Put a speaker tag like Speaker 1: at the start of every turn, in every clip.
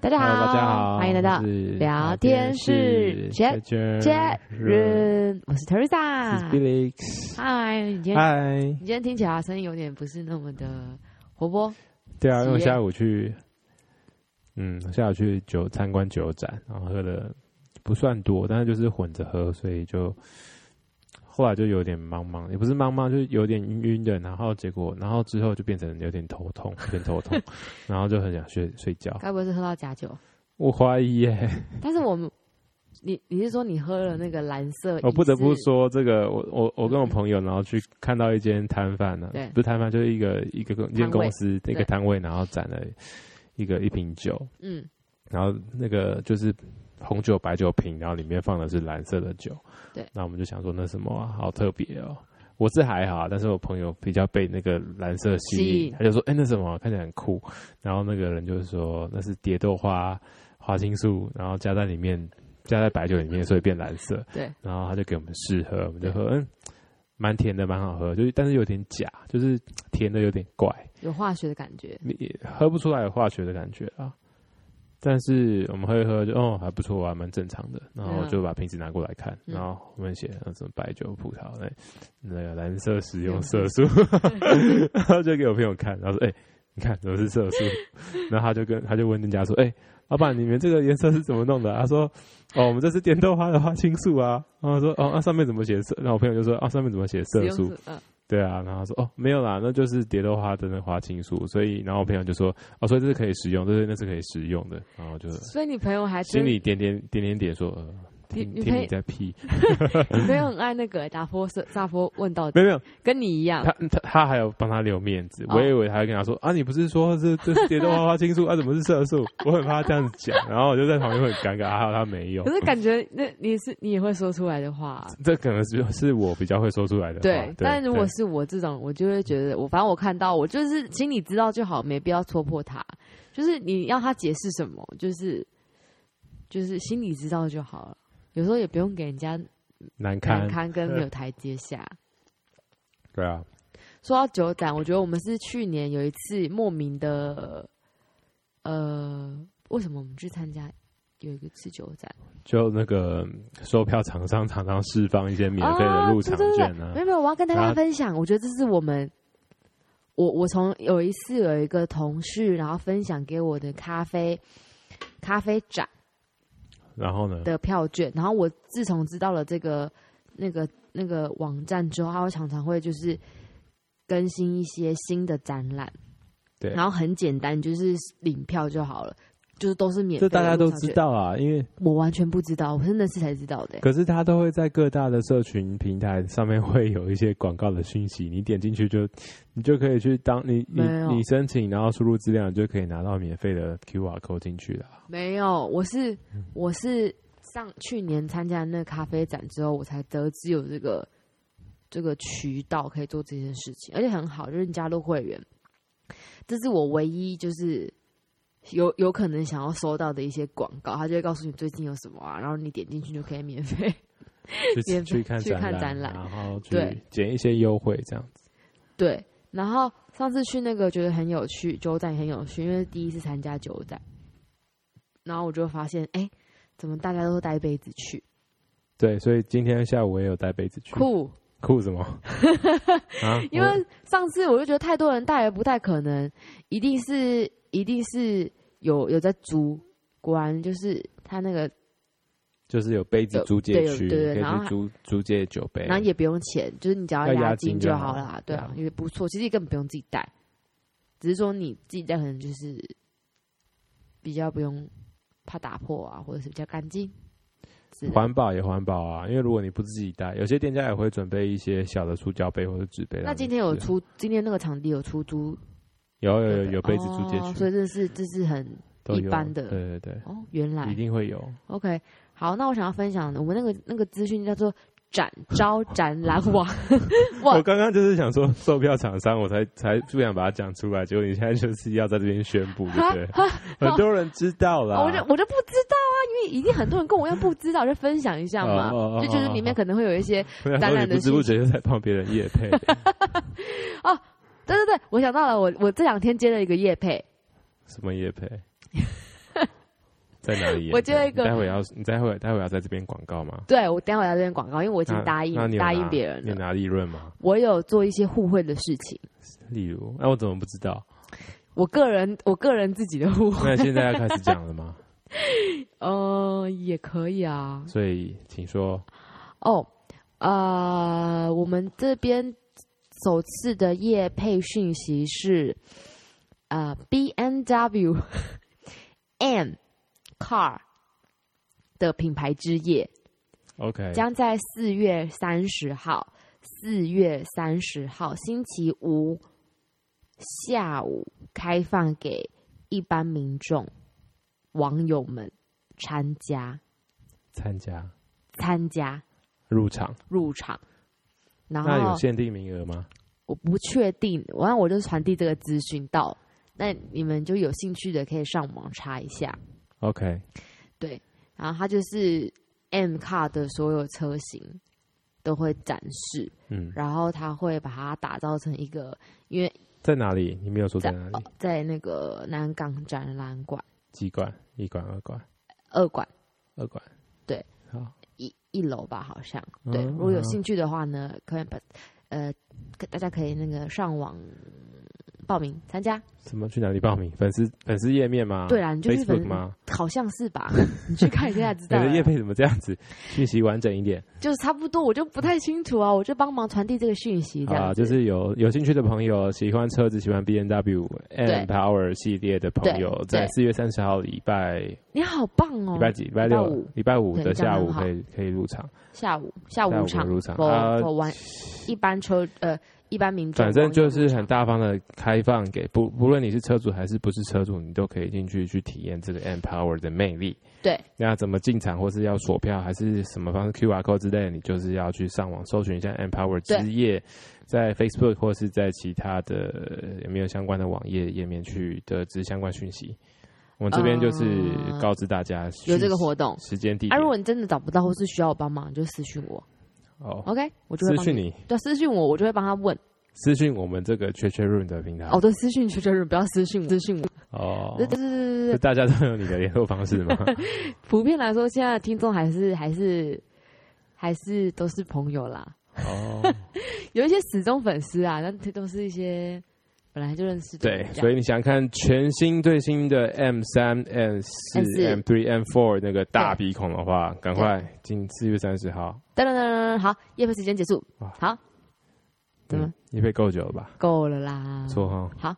Speaker 1: 大家好
Speaker 2: Hello，大家好，
Speaker 1: 欢迎来到
Speaker 2: 我是
Speaker 1: 聊天室
Speaker 2: 聊天室
Speaker 1: Jack
Speaker 2: 人
Speaker 1: 人，我是 Teresa。
Speaker 2: Felix，
Speaker 1: 嗨，你今天
Speaker 2: 嗨，
Speaker 1: 你今天听起来声音有点不是那么的活泼，
Speaker 2: 对啊，因为我
Speaker 1: 喜宴
Speaker 2: 下午去，嗯，下午去酒参观酒展，然后喝的不算多，但是就是混着喝，所以就后来就有点茫茫，也不是茫茫，就是有点晕晕的，然后结果，然后之后就变成有点头痛，有点头痛，然后就很想睡睡 觉。
Speaker 1: 该不会是喝到假酒？
Speaker 2: 我怀疑耶，
Speaker 1: 但是我们，你你是说你喝了那个蓝色？
Speaker 2: 我哦不得不，说，这个我我我跟我朋友，然后去看到一间摊贩呢
Speaker 1: 对，
Speaker 2: 不是摊贩，就是一个一个一间公司一个
Speaker 1: 对
Speaker 2: 摊位，然后展了一个一瓶酒，
Speaker 1: 嗯，
Speaker 2: 然后那个就是红酒白酒瓶，然后里面放的是蓝色的酒。
Speaker 1: 对
Speaker 2: 那我们就想说那什么、啊、好特别哦。我是还好啊，但是我朋友比较被那个蓝色吸引，
Speaker 1: 吸引
Speaker 2: 他就说：“哎、那什么、看起来很酷。”然后那个人就是说：“那是蝶豆花花青素，然后加在里面，加在白酒里面，所以变蓝色。”
Speaker 1: 对，
Speaker 2: 然后他就给我们试喝，我们就喝，嗯，蛮甜的，蛮好喝，就是但是有点假，就是甜的有点怪，
Speaker 1: 有化学的感觉。
Speaker 2: 你也喝不出来有化学的感觉啊。但是我们喝一喝就哦还不错啊，蛮正常的。然后
Speaker 1: 嗯
Speaker 2: 就把瓶子拿过来看，
Speaker 1: 嗯
Speaker 2: 然后后面写呃什么白酒、葡萄那那个蓝色食用色 素，然后就给我朋友看，然后说哎、你看都是色素， 然后他就跟他就问店家说哎、老板你们这个颜色是怎么弄的、啊？他说哦我们这是电豆花的花青素啊。然后说哦那、上面怎么写色？然后我朋友就说啊上面怎么写色素？，
Speaker 1: 嗯，
Speaker 2: 对啊，然后他说哦没有啦，那就是蝶豆花的那花青素，所以然后我朋友就说哦，所以这是可以食用，对对，那是可以食用的，然后就
Speaker 1: 所以你朋友还真
Speaker 2: 心里点点点点点说呃，
Speaker 1: 你
Speaker 2: 听
Speaker 1: 你
Speaker 2: 听
Speaker 1: 可以
Speaker 2: 你在屁，
Speaker 1: 你朋友很爱那个打破色炸破问到底，
Speaker 2: 没有没有，
Speaker 1: 跟你一样
Speaker 2: 他，他他还有帮他留面子，
Speaker 1: 啊哦
Speaker 2: 我以为他会跟他说啊，你不是说这这是蝶豆花花青素啊，怎么是色素？我很怕他这样子讲，然后我就在旁边会很尴尬，还好他没有
Speaker 1: 可，是感觉那你是你也会说出来的话啊、
Speaker 2: 这可能是是我比较会说出来的话，
Speaker 1: 对
Speaker 2: 对，，
Speaker 1: 但如果
Speaker 2: 对
Speaker 1: 是我这种，我就会觉得我反正我看到我就是心里知道就好，没必要戳破他。就是你要他解释什么，就是就是心里知道就好了。有时候也不用给人家
Speaker 2: 难堪
Speaker 1: 难，堪跟没有台阶下。
Speaker 2: 对啊，
Speaker 1: 说到酒展，我觉得我们是去年有一次莫名的，呃，为什么我们去参加有一次酒展？
Speaker 2: 就那个售票厂商常常释放一些免费的入场
Speaker 1: 啊对对对
Speaker 2: 券啊
Speaker 1: 没。有没有，我要跟大家
Speaker 2: 啊
Speaker 1: 分享，我觉得这是我们，我我从有一次有一个同事，然后分享给我的咖啡咖啡展
Speaker 2: 然后呢？
Speaker 1: 的票券，然后我自从知道了这个那个那个网站之后，他会常常会就是更新一些新的展览，
Speaker 2: 对
Speaker 1: 然后很简单，就是领票就好了。就是都是免费
Speaker 2: 这
Speaker 1: 的
Speaker 2: 大家都
Speaker 1: 入场
Speaker 2: 知
Speaker 1: 券，
Speaker 2: 道啊，因为
Speaker 1: 我完全不知道，我真的是才知道的、
Speaker 2: 可是他都会在各大的社群平台上面会有一些广告的讯息，你点进去就你就可以去当你你
Speaker 1: 没有
Speaker 2: 你申请，然后输入资料，你就可以拿到免费的 QR code 进去了。
Speaker 1: 没有，我是我是上去年参加那个咖啡展之后，我才得知有这个这个渠道可以做这件事情，而且很好，就是你加入会员，这是我唯一就是有有可能想要收到的一些广告，他就会告诉你最近有什么啊，然后你点进去就可以免费。免
Speaker 2: 去
Speaker 1: 费
Speaker 2: 去看
Speaker 1: 去看展览
Speaker 2: 览，啊然后去
Speaker 1: 对
Speaker 2: 捡一些优惠这样子。
Speaker 1: 对，然后上次去那个觉得很有趣，酒展也很有趣，因为是第一次参加酒展，然后我就发现，哎，怎么大家都带杯子去，
Speaker 2: 对，所以今天下午我也有带杯子去。
Speaker 1: 酷。
Speaker 2: 酷什 么？啊，
Speaker 1: 因为上次我就觉得太多人带了不太可能，一定是一定是有有在租，果然就是他那个，
Speaker 2: 就是有杯子租借
Speaker 1: 对有
Speaker 2: 区，
Speaker 1: 对对
Speaker 2: 可以
Speaker 1: 然后
Speaker 2: 去租租借酒杯，啊
Speaker 1: 然后也不用钱，就是你只要
Speaker 2: 要
Speaker 1: 押
Speaker 2: 押金就
Speaker 1: 就
Speaker 2: 好
Speaker 1: 好啦，对啊，也不错，其实你根本不用自己带，只是说你自己带可能就是比较不用怕打破啊，或者是比较干净之类的。
Speaker 2: 环保也环保啊，因为如果你不自己带，有些店家也会准备一些小的塑胶杯或者纸啊杯让你吃。
Speaker 1: 那今天有出，今天那个场地有出租，
Speaker 2: 有有
Speaker 1: 对
Speaker 2: 有
Speaker 1: 不对
Speaker 2: 有杯子租借
Speaker 1: 哦
Speaker 2: 区，
Speaker 1: 所以这是这是很
Speaker 2: 都有
Speaker 1: 一般的
Speaker 2: 对对对，
Speaker 1: 哦，原来
Speaker 2: 一定会有。
Speaker 1: OK，好，那我想要分享的我们那个那个资讯叫做展 招展览网哇
Speaker 2: 我刚刚就是想说售票厂商，我才才不想把它讲出来，结果你现在就是要在这边宣布，对不对？ 很多人知道啦，
Speaker 1: 哦啊我 就我就不知道啊，因为一定很多人跟我一样不知道，就分享一下嘛，
Speaker 2: 哦哦哦
Speaker 1: 就就是里面可能会有一些，
Speaker 2: 我想
Speaker 1: 展
Speaker 2: 说
Speaker 1: 览
Speaker 2: 你
Speaker 1: 的
Speaker 2: 不知不觉就在帮别人夜配，
Speaker 1: 对对对，我想到了，我我这两天接了一个夜配，
Speaker 2: 什么夜配？在哪里演的？
Speaker 1: 我觉得一个
Speaker 2: 你待会要你待会待会要在这边广告吗？
Speaker 1: 对我待会要这边广告，因为我已经答应
Speaker 2: 那那你有
Speaker 1: 答
Speaker 2: 拿
Speaker 1: 应别人
Speaker 2: 你
Speaker 1: 了。
Speaker 2: 拿利润吗？
Speaker 1: 我有做一些互惠的事情，
Speaker 2: 例如，哎那、我怎么不知道？
Speaker 1: 我个人我个人自己的互惠，
Speaker 2: 那现在要开始讲了吗？
Speaker 1: 呃，也可以啊。
Speaker 2: 所以请说，
Speaker 1: 哦，呃，我们这边首次的业配讯息是，呃，B N W M Car 的品牌之夜
Speaker 2: OK，
Speaker 1: 将在四月三十号，四月三十号星期五下午开放给一般民众网友们参加
Speaker 2: 参加
Speaker 1: 参加
Speaker 2: 入场，
Speaker 1: 入场。然
Speaker 2: 那有
Speaker 1: 后
Speaker 2: 限定名额吗？
Speaker 1: 我不确定，我让我就传递这个资讯到，那你们就有兴趣的可以上网查一下。
Speaker 2: OK，
Speaker 1: 然后它就是 M Car 的所有车型都会展示，
Speaker 2: 嗯，
Speaker 1: 然后它会把它打造成一个，因为
Speaker 2: 在哪里？你没有说在哪里？
Speaker 1: 在那个南港展览馆
Speaker 2: 几馆？一馆、二馆、
Speaker 1: 二馆
Speaker 2: 二馆。
Speaker 1: 对，
Speaker 2: 好，
Speaker 1: 一一楼吧，好像对。
Speaker 2: 嗯
Speaker 1: 如果有
Speaker 2: 嗯
Speaker 1: 兴趣的话呢，可以把呃，可大家可以那个上网报名参加。
Speaker 2: 什么去哪里报名？粉丝粉丝页面吗？
Speaker 1: 对啦，你就去粉
Speaker 2: ，Facebook 吗？
Speaker 1: 好像是吧？你去看一下知
Speaker 2: 你
Speaker 1: 道啊
Speaker 2: 的
Speaker 1: 了
Speaker 2: 页。配怎么这样子？讯息完整一点
Speaker 1: 就是差不多，我就不太清楚啊，我就帮忙传递这个讯息这样子。
Speaker 2: 啊！就是有有兴趣的朋友，喜欢车子、喜欢 B N W M Power 系列的朋友，
Speaker 1: 对
Speaker 2: 在
Speaker 1: 对
Speaker 2: 四月三十号礼拜礼
Speaker 1: 你好棒哦！
Speaker 2: 拜几？礼拜
Speaker 1: 礼拜
Speaker 2: 六啊
Speaker 1: 五、
Speaker 2: 礼拜五
Speaker 1: 对
Speaker 2: 的
Speaker 1: 这样
Speaker 2: 下
Speaker 1: 很
Speaker 2: 午
Speaker 1: 好
Speaker 2: 可以可以入场，
Speaker 1: 下午下午
Speaker 2: 下
Speaker 1: 五
Speaker 2: 午
Speaker 1: 场
Speaker 2: 入场
Speaker 1: 我
Speaker 2: 啊
Speaker 1: 我玩一般车呃一般民众，
Speaker 2: 反正就是很。大方的开放给不不论你是车主还是不是车主，你都可以进去去体验这个 M Power 的魅力。
Speaker 1: 对，
Speaker 2: 那怎么进场或是要索票还是什么方式 QR code 之类的，你就是要去上网搜寻一下 M Power
Speaker 1: 对
Speaker 2: 之夜，在 Facebook 或是在其他的呃有没有相关的网页页面去得知相关讯息。我们这边就是
Speaker 1: 呃
Speaker 2: 告知大家
Speaker 1: 有这个
Speaker 2: 讯
Speaker 1: 活动，
Speaker 2: 息时间地
Speaker 1: 啊，
Speaker 2: 点
Speaker 1: 如果你真的找不到或是需要我帮忙，你就私讯我
Speaker 2: 哦，
Speaker 1: ，OK？我就会
Speaker 2: 私
Speaker 1: 帮
Speaker 2: 讯，你
Speaker 1: 对，私讯我，我就会帮他问。
Speaker 2: 私讯我们这个 c h c h Room 的平台
Speaker 1: 哦，对，私讯确确认，不要私讯我，私讯我。
Speaker 2: 啊哦
Speaker 1: 对对对对对
Speaker 2: 就
Speaker 1: 对，
Speaker 2: 大家都有你的联络 方式吗？
Speaker 1: 普遍来说，现在的听众还是还是还是都是朋友啦。
Speaker 2: 哦，
Speaker 1: 有一些死忠粉丝啊，但都是一些本来就认识的
Speaker 2: 对
Speaker 1: 人，这样。
Speaker 2: 所以你想看全新最新的 M 三、M 四、M
Speaker 1: 4
Speaker 2: three、M four 那个大鼻孔的话，赶快今四月三十号，
Speaker 1: 噔噔噔，好，夜配时间结束
Speaker 2: 哇，
Speaker 1: 好，怎么
Speaker 2: 嗯，你被够久了吧？
Speaker 1: 够了啦
Speaker 2: 不。错哈，
Speaker 1: 好，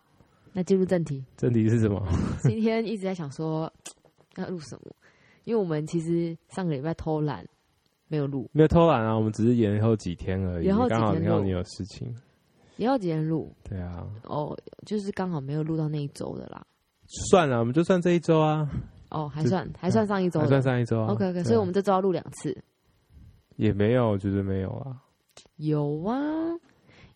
Speaker 1: 那进入正 题。
Speaker 2: 正题是什么？
Speaker 1: 今天一直在想说要录什么，因为我们其实上个礼拜偷懒没有录，
Speaker 2: 没有偷懒啊，我们只是延后几天而已，
Speaker 1: 延后几
Speaker 2: 刚
Speaker 1: 天
Speaker 2: 好你
Speaker 1: 录
Speaker 2: 看你有事情，
Speaker 1: 也要几天录
Speaker 2: 对啊，
Speaker 1: 哦，就是刚好没有录到那一周的啦。
Speaker 2: 算了，我们就算这一周啊，
Speaker 1: 哦，还
Speaker 2: 就
Speaker 1: 算还算上一周
Speaker 2: 还
Speaker 1: 的，
Speaker 2: 算上一周啊
Speaker 1: OK OK，
Speaker 2: 对啊
Speaker 1: 所以我们这周要录两次。
Speaker 2: 也没有，我觉得没有啊，
Speaker 1: 有啊，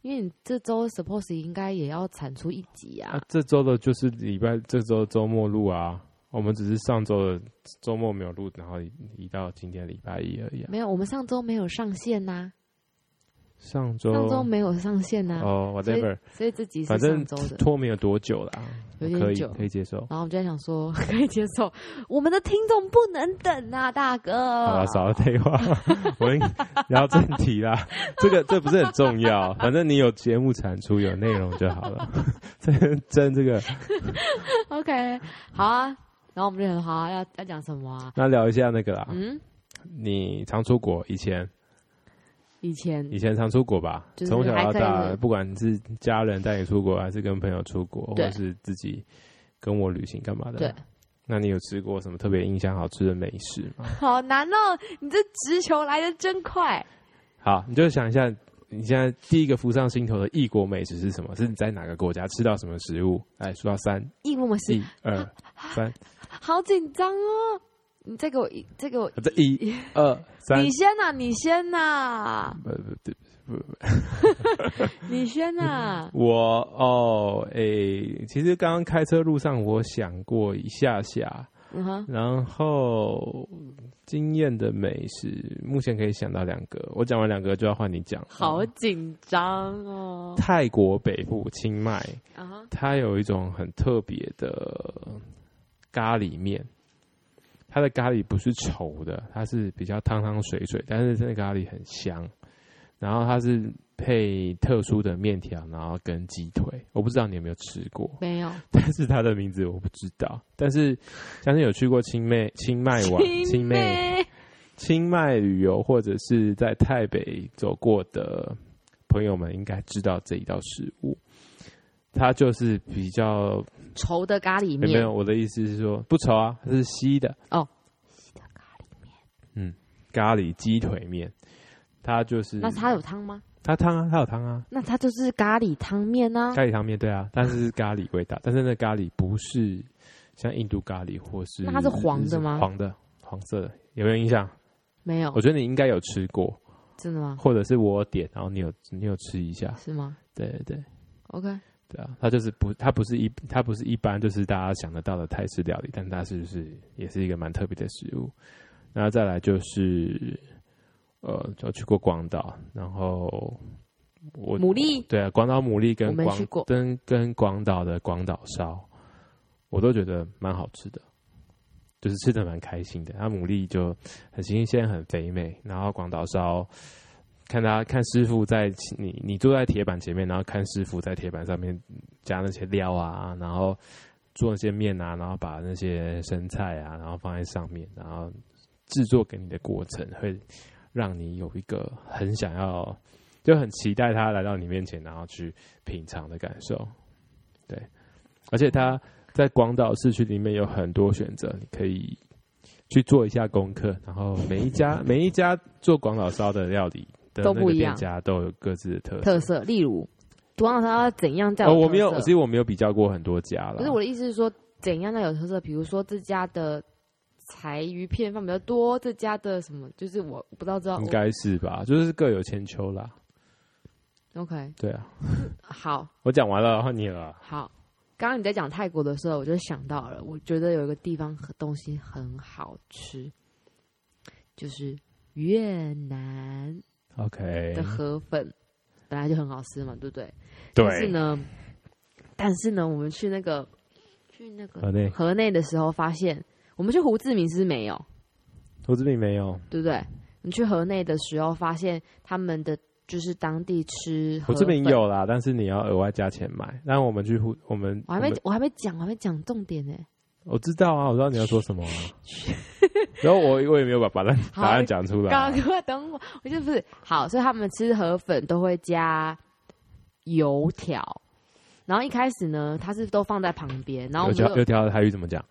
Speaker 1: 因为你这周 suppose 应该也要产出一集啊
Speaker 2: 啊，，这周的就是礼拜这周周末录啊，我们只是上周的周末没有录，然后移移到今天礼拜一而已啊。
Speaker 1: 没有，我们上周没有上线啊呐、
Speaker 2: 上周
Speaker 1: 上周没有上线呐、
Speaker 2: 哦
Speaker 1: 所以
Speaker 2: ，whatever，
Speaker 1: 所以这集是
Speaker 2: 反正
Speaker 1: 上周的，
Speaker 2: 拖没有多久啦，
Speaker 1: 有点
Speaker 2: 可以
Speaker 1: 久。
Speaker 2: 可以接受。
Speaker 1: 然后我们就在想说，可以接受，我们的听众不能等啊，大哥。
Speaker 2: 好了，少了废话， 我们聊正题啦。这个这不是很重要，反正你有节目产出，有内容就好了。 这真这个，
Speaker 1: OK，好啊。然后我们就想，好、啊，要要讲什么啊？
Speaker 2: 那聊一下那个啦。
Speaker 1: 嗯，
Speaker 2: 你常出国，以前
Speaker 1: 以前
Speaker 2: 以前常出国吧？
Speaker 1: 就是
Speaker 2: 从小到
Speaker 1: 还可
Speaker 2: 大，
Speaker 1: 以
Speaker 2: 不管是家人带你出国，还是跟朋友出国，或
Speaker 1: 对
Speaker 2: 者是自己跟我旅行干嘛的？
Speaker 1: 对。
Speaker 2: 那你有吃过什么特别印象好吃的美食吗？
Speaker 1: 好难哦，你这直球来的真快。
Speaker 2: 好，你就想一下，你现在第一个浮上心头的异国美食是什么？是你在哪个国家吃到什么食物？来，数到三，
Speaker 1: 英文模式
Speaker 2: 一 二三，啊
Speaker 1: 好紧张哦，你再给我一，再给我
Speaker 2: 这一二三
Speaker 1: 你，先呐、啊你先呐、
Speaker 2: 不不对，
Speaker 1: 你先啊呐、
Speaker 2: 我哦，诶、其实刚刚开车路上我想过一下下，
Speaker 1: 嗯 哼，
Speaker 2: 然后惊艳的美食，目前可以想到两个，我讲完两个就要换你讲。
Speaker 1: 好紧张哦。
Speaker 2: 泰国北部清迈，
Speaker 1: 啊哈，
Speaker 2: 它有一种很特别的咖喱面，它的咖喱不是稠的，它是比较汤汤水水，但是这个咖喱很香。然后它是配特殊的面条，然后跟鸡腿。我不知道你有没有吃过，
Speaker 1: 没有，
Speaker 2: 但是它的名字我不知道。但是相信有去过清迈、清迈玩、清迈、清迈旅游，或者是在台北走过的朋友们，应该知道这一道食物。它就是比较
Speaker 1: 稠的咖喱
Speaker 2: 有没
Speaker 1: 面
Speaker 2: 有？我的意思是说，不稠啊，它是稀的
Speaker 1: 哦，
Speaker 2: 嗯咖喱鸡腿面，它就是
Speaker 1: 那它有汤吗？
Speaker 2: 它汤啊，它有汤啊，
Speaker 1: 那它就是咖喱汤面啊。
Speaker 2: 咖喱汤面对啊，但是是咖喱味道，但是那咖喱不是像印度咖喱或是
Speaker 1: 那它是黄的吗
Speaker 2: 黄的，黄色的，有没有印象？
Speaker 1: 没有
Speaker 2: 我，觉得你应该有吃过，
Speaker 1: 真的吗？
Speaker 2: 或者是我有点，然后你有你有吃一下，
Speaker 1: 是吗
Speaker 2: 对对对。
Speaker 1: ？OK，
Speaker 2: 对啊，它就是不，它不是一，它不是一般就是大家想得到的泰式料理，但它是就是也是一个蛮特别的食物。然后再来就是，呃，就去过广岛，然后我
Speaker 1: 牡蛎
Speaker 2: 对啊，广岛牡蛎
Speaker 1: 我
Speaker 2: 跟
Speaker 1: 没
Speaker 2: 广
Speaker 1: 去过
Speaker 2: 跟跟广岛的广岛烧，我都觉得蛮好吃的，就是吃的蛮开心的。它牡蛎就很新鲜、很肥美，然后广岛烧。看他看师傅在你你坐在铁板前面，然后看师傅在铁板上面加那些料啊，然后做那些面啊，然后把那些生菜啊，然后放在上面，然后制作给你的过程，会让你有一个很想要，就很期待它来到你面前，然后去品尝的感受。对，而且它在广岛市区里面有很多选择，你可以去做一下功课，然后每 一家每一家做广岛烧的料理的
Speaker 1: 都
Speaker 2: 那
Speaker 1: 不
Speaker 2: 个
Speaker 1: 一
Speaker 2: 店
Speaker 1: 样
Speaker 2: 家都有各自的特色。
Speaker 1: 特色，例如，多让它怎样叫
Speaker 2: 哦，
Speaker 1: 有
Speaker 2: 我
Speaker 1: 特
Speaker 2: 没有，
Speaker 1: 色
Speaker 2: 其实我没有比较过很多家了。
Speaker 1: 不是我的意思是说，怎样叫有特色？比如说这家的柴鱼片放比较多，这家的什么，就是我不知道知道。
Speaker 2: 应该是吧，就是各有千秋啦。
Speaker 1: 我 OK，
Speaker 2: 对啊，
Speaker 1: 好
Speaker 2: 我讲完了，换你了。
Speaker 1: 好。刚刚你在讲泰国的时候，我就想到了，我觉得有一个地方很东西很好吃，就是越南
Speaker 2: OK，
Speaker 1: 的河粉，本来就很好吃嘛，对不对？但是
Speaker 2: 对，
Speaker 1: 呢，但是呢，我们去那个去那个
Speaker 2: 河内
Speaker 1: 河内的时候，发现我们去胡志明是没有，
Speaker 2: 胡志明没有，
Speaker 1: 对不对？你去河内的时候，发现他们的就是当地吃
Speaker 2: 胡志明
Speaker 1: 河粉，
Speaker 2: 有啦，但是你要额外加钱买。那我们去胡，我们
Speaker 1: 我还没
Speaker 2: 我们
Speaker 1: 我还没讲，我还没讲重点呢。
Speaker 2: 我知道啊，我知道你要说什么 啊。然后我我也没有把把答案
Speaker 1: 好
Speaker 2: 答案讲出来
Speaker 1: 刚
Speaker 2: 啊。
Speaker 1: 刚给我等我，我就不是好，所以他们吃河粉都会加油条，然后一开始呢，它是都放在旁边，然后
Speaker 2: 有
Speaker 1: 我们就
Speaker 2: 条有条台语怎么讲？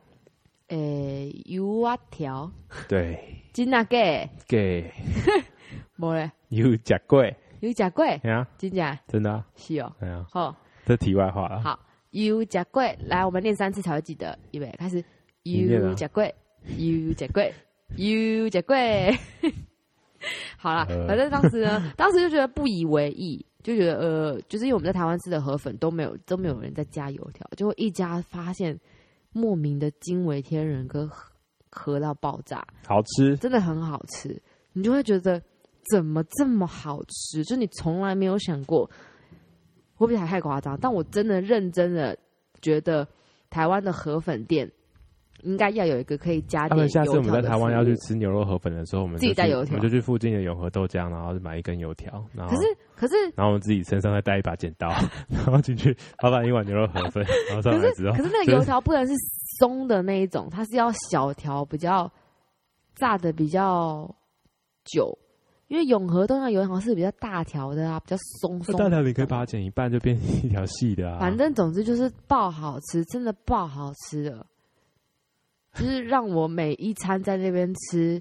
Speaker 1: 诶油啊条，
Speaker 2: 对，
Speaker 1: 金那个
Speaker 2: 给
Speaker 1: 无嘞，
Speaker 2: 有假贵
Speaker 1: 有食过，
Speaker 2: 呀，
Speaker 1: 真假
Speaker 2: 真的啊，
Speaker 1: 是哦，
Speaker 2: 哎呀，
Speaker 1: 好。
Speaker 2: 这题外话啊了。
Speaker 1: 好油夹贵，来，我们念三次才会记得。预备，开始。
Speaker 2: 你念啊
Speaker 1: 油夹贵，油夹贵，油夹贵。 好啦，
Speaker 2: 呃
Speaker 1: 反正当时呢， 当时就觉得不以为意，就觉得呃，就是因为我们在台湾吃的河粉都没有都没有人在加油条，结果一加发现莫名的惊为天人跟和和到爆炸，
Speaker 2: 好吃，
Speaker 1: 真的很好吃，你就会觉得怎么这么好吃？就你从来没有想过，会不会还太夸张？但我真的认真的觉得，台湾的河粉店应该要有一个可以加
Speaker 2: 他
Speaker 1: 点
Speaker 2: 们
Speaker 1: 油条
Speaker 2: 下
Speaker 1: 的
Speaker 2: 次我们在台湾要去
Speaker 1: 服务
Speaker 2: 吃牛肉河粉的时候，我们
Speaker 1: 自己
Speaker 2: 就去
Speaker 1: 带油条
Speaker 2: 我们就去附近的永和豆浆，然后买一根油条，然后
Speaker 1: 可是可是
Speaker 2: 然后我们自己身上再带一把剪刀， 然后进去老板一碗牛肉河粉，然后上
Speaker 1: 可
Speaker 2: 来
Speaker 1: 是
Speaker 2: 之后
Speaker 1: 可是那个油条不能是松的那一种，它是要小条，比较炸的比较久。因为永和豆浆油条是比较大条的啊，比较松松的。
Speaker 2: 那大条你可以把它剪一半，就变一条细的啊。
Speaker 1: 反正总之就是爆好吃，真的爆好吃的，就是让我每一餐在那边吃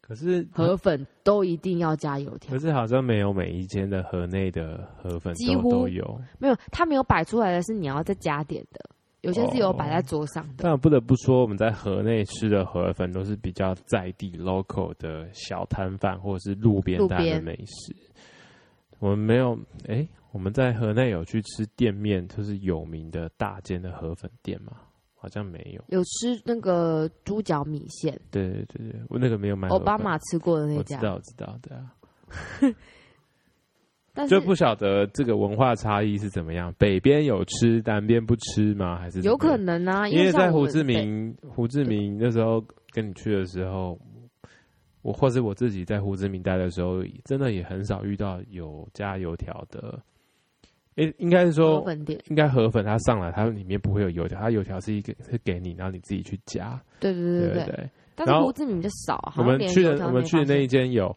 Speaker 2: 可是
Speaker 1: 河粉都一定要加油条
Speaker 2: 可。是好像没有每一间的河内的河粉
Speaker 1: 几
Speaker 2: 都
Speaker 1: 乎
Speaker 2: 都有，
Speaker 1: 没有，它没有摆出来的是你要再加点的，有些是有摆在桌上的。
Speaker 2: 哦但我不得不说，我们在河内吃的河粉都是比较在地 local 的小摊贩或者是路边
Speaker 1: 路
Speaker 2: 摊的
Speaker 1: 边
Speaker 2: 美食。我们没有，哎、我们在河内有去吃店面，就是有名的大间的河粉店吗？好像没有。
Speaker 1: 有吃那个猪脚米线，
Speaker 2: 对对对对，我那个没有买河
Speaker 1: 奥
Speaker 2: 粉。
Speaker 1: 巴马吃过的那
Speaker 2: 哎我知
Speaker 1: 家，
Speaker 2: 道，我知道，对啊，
Speaker 1: 但
Speaker 2: 就是不晓得这个文化差异是怎么样。北边有吃，南边不吃吗？还是怎么
Speaker 1: 有
Speaker 2: 样
Speaker 1: 可能啊，
Speaker 2: 因为
Speaker 1: 像
Speaker 2: 在
Speaker 1: 我
Speaker 2: 胡
Speaker 1: 们
Speaker 2: 志
Speaker 1: 北
Speaker 2: 明，胡志明那时候跟你去的时候，我或是我自己在胡志明待的时候，真的也很少遇到有加油条的。诶、应该是说
Speaker 1: 河粉店，
Speaker 2: 应该河粉它上来，它里面不会有油条，它油条是一个是给你，然后你自己去加。
Speaker 1: 对对
Speaker 2: 对
Speaker 1: 对对
Speaker 2: 对
Speaker 1: 对。
Speaker 2: 对，
Speaker 1: 但是
Speaker 2: 然后
Speaker 1: 胡志明比较少，
Speaker 2: 我
Speaker 1: 好像
Speaker 2: 们
Speaker 1: 连
Speaker 2: 去
Speaker 1: 油
Speaker 2: 的
Speaker 1: 条
Speaker 2: 我
Speaker 1: 没
Speaker 2: 们去的
Speaker 1: 发
Speaker 2: 那
Speaker 1: 现
Speaker 2: 一间有，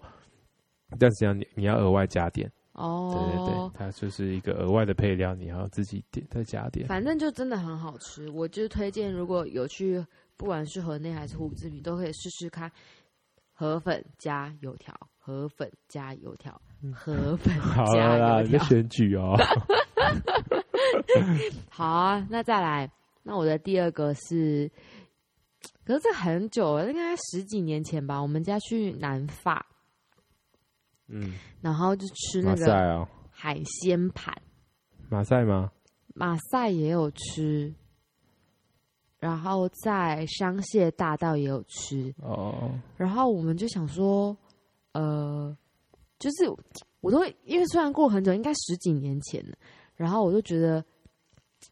Speaker 2: 但是要你你要额外加点。
Speaker 1: 哦，
Speaker 2: 对对对，它就是一个额外的配料，你要自己点再加点。
Speaker 1: 反正就真的很好吃，我就推荐如果有去，不管是河内还是胡志明，都可以试试看河粉加油条，河粉加油条，河粉
Speaker 2: 嗯 好了
Speaker 1: 加
Speaker 2: 啦，
Speaker 1: 油
Speaker 2: 你在
Speaker 1: 条。
Speaker 2: 选举 哦。
Speaker 1: 好啊，那再来，那我的第二个是，可是这很久了，应该十几年前吧。我们家去南法，
Speaker 2: 嗯，
Speaker 1: 然后就吃那
Speaker 2: 马
Speaker 1: 个
Speaker 2: 赛哦，
Speaker 1: 海鲜盘，
Speaker 2: 马赛吗？
Speaker 1: 马赛也有吃，然后在香榭大道也有吃，
Speaker 2: 哦，
Speaker 1: 然后我们就想说，呃，就是我都会因为虽然过很久，应该十几年前了，然后我就觉得，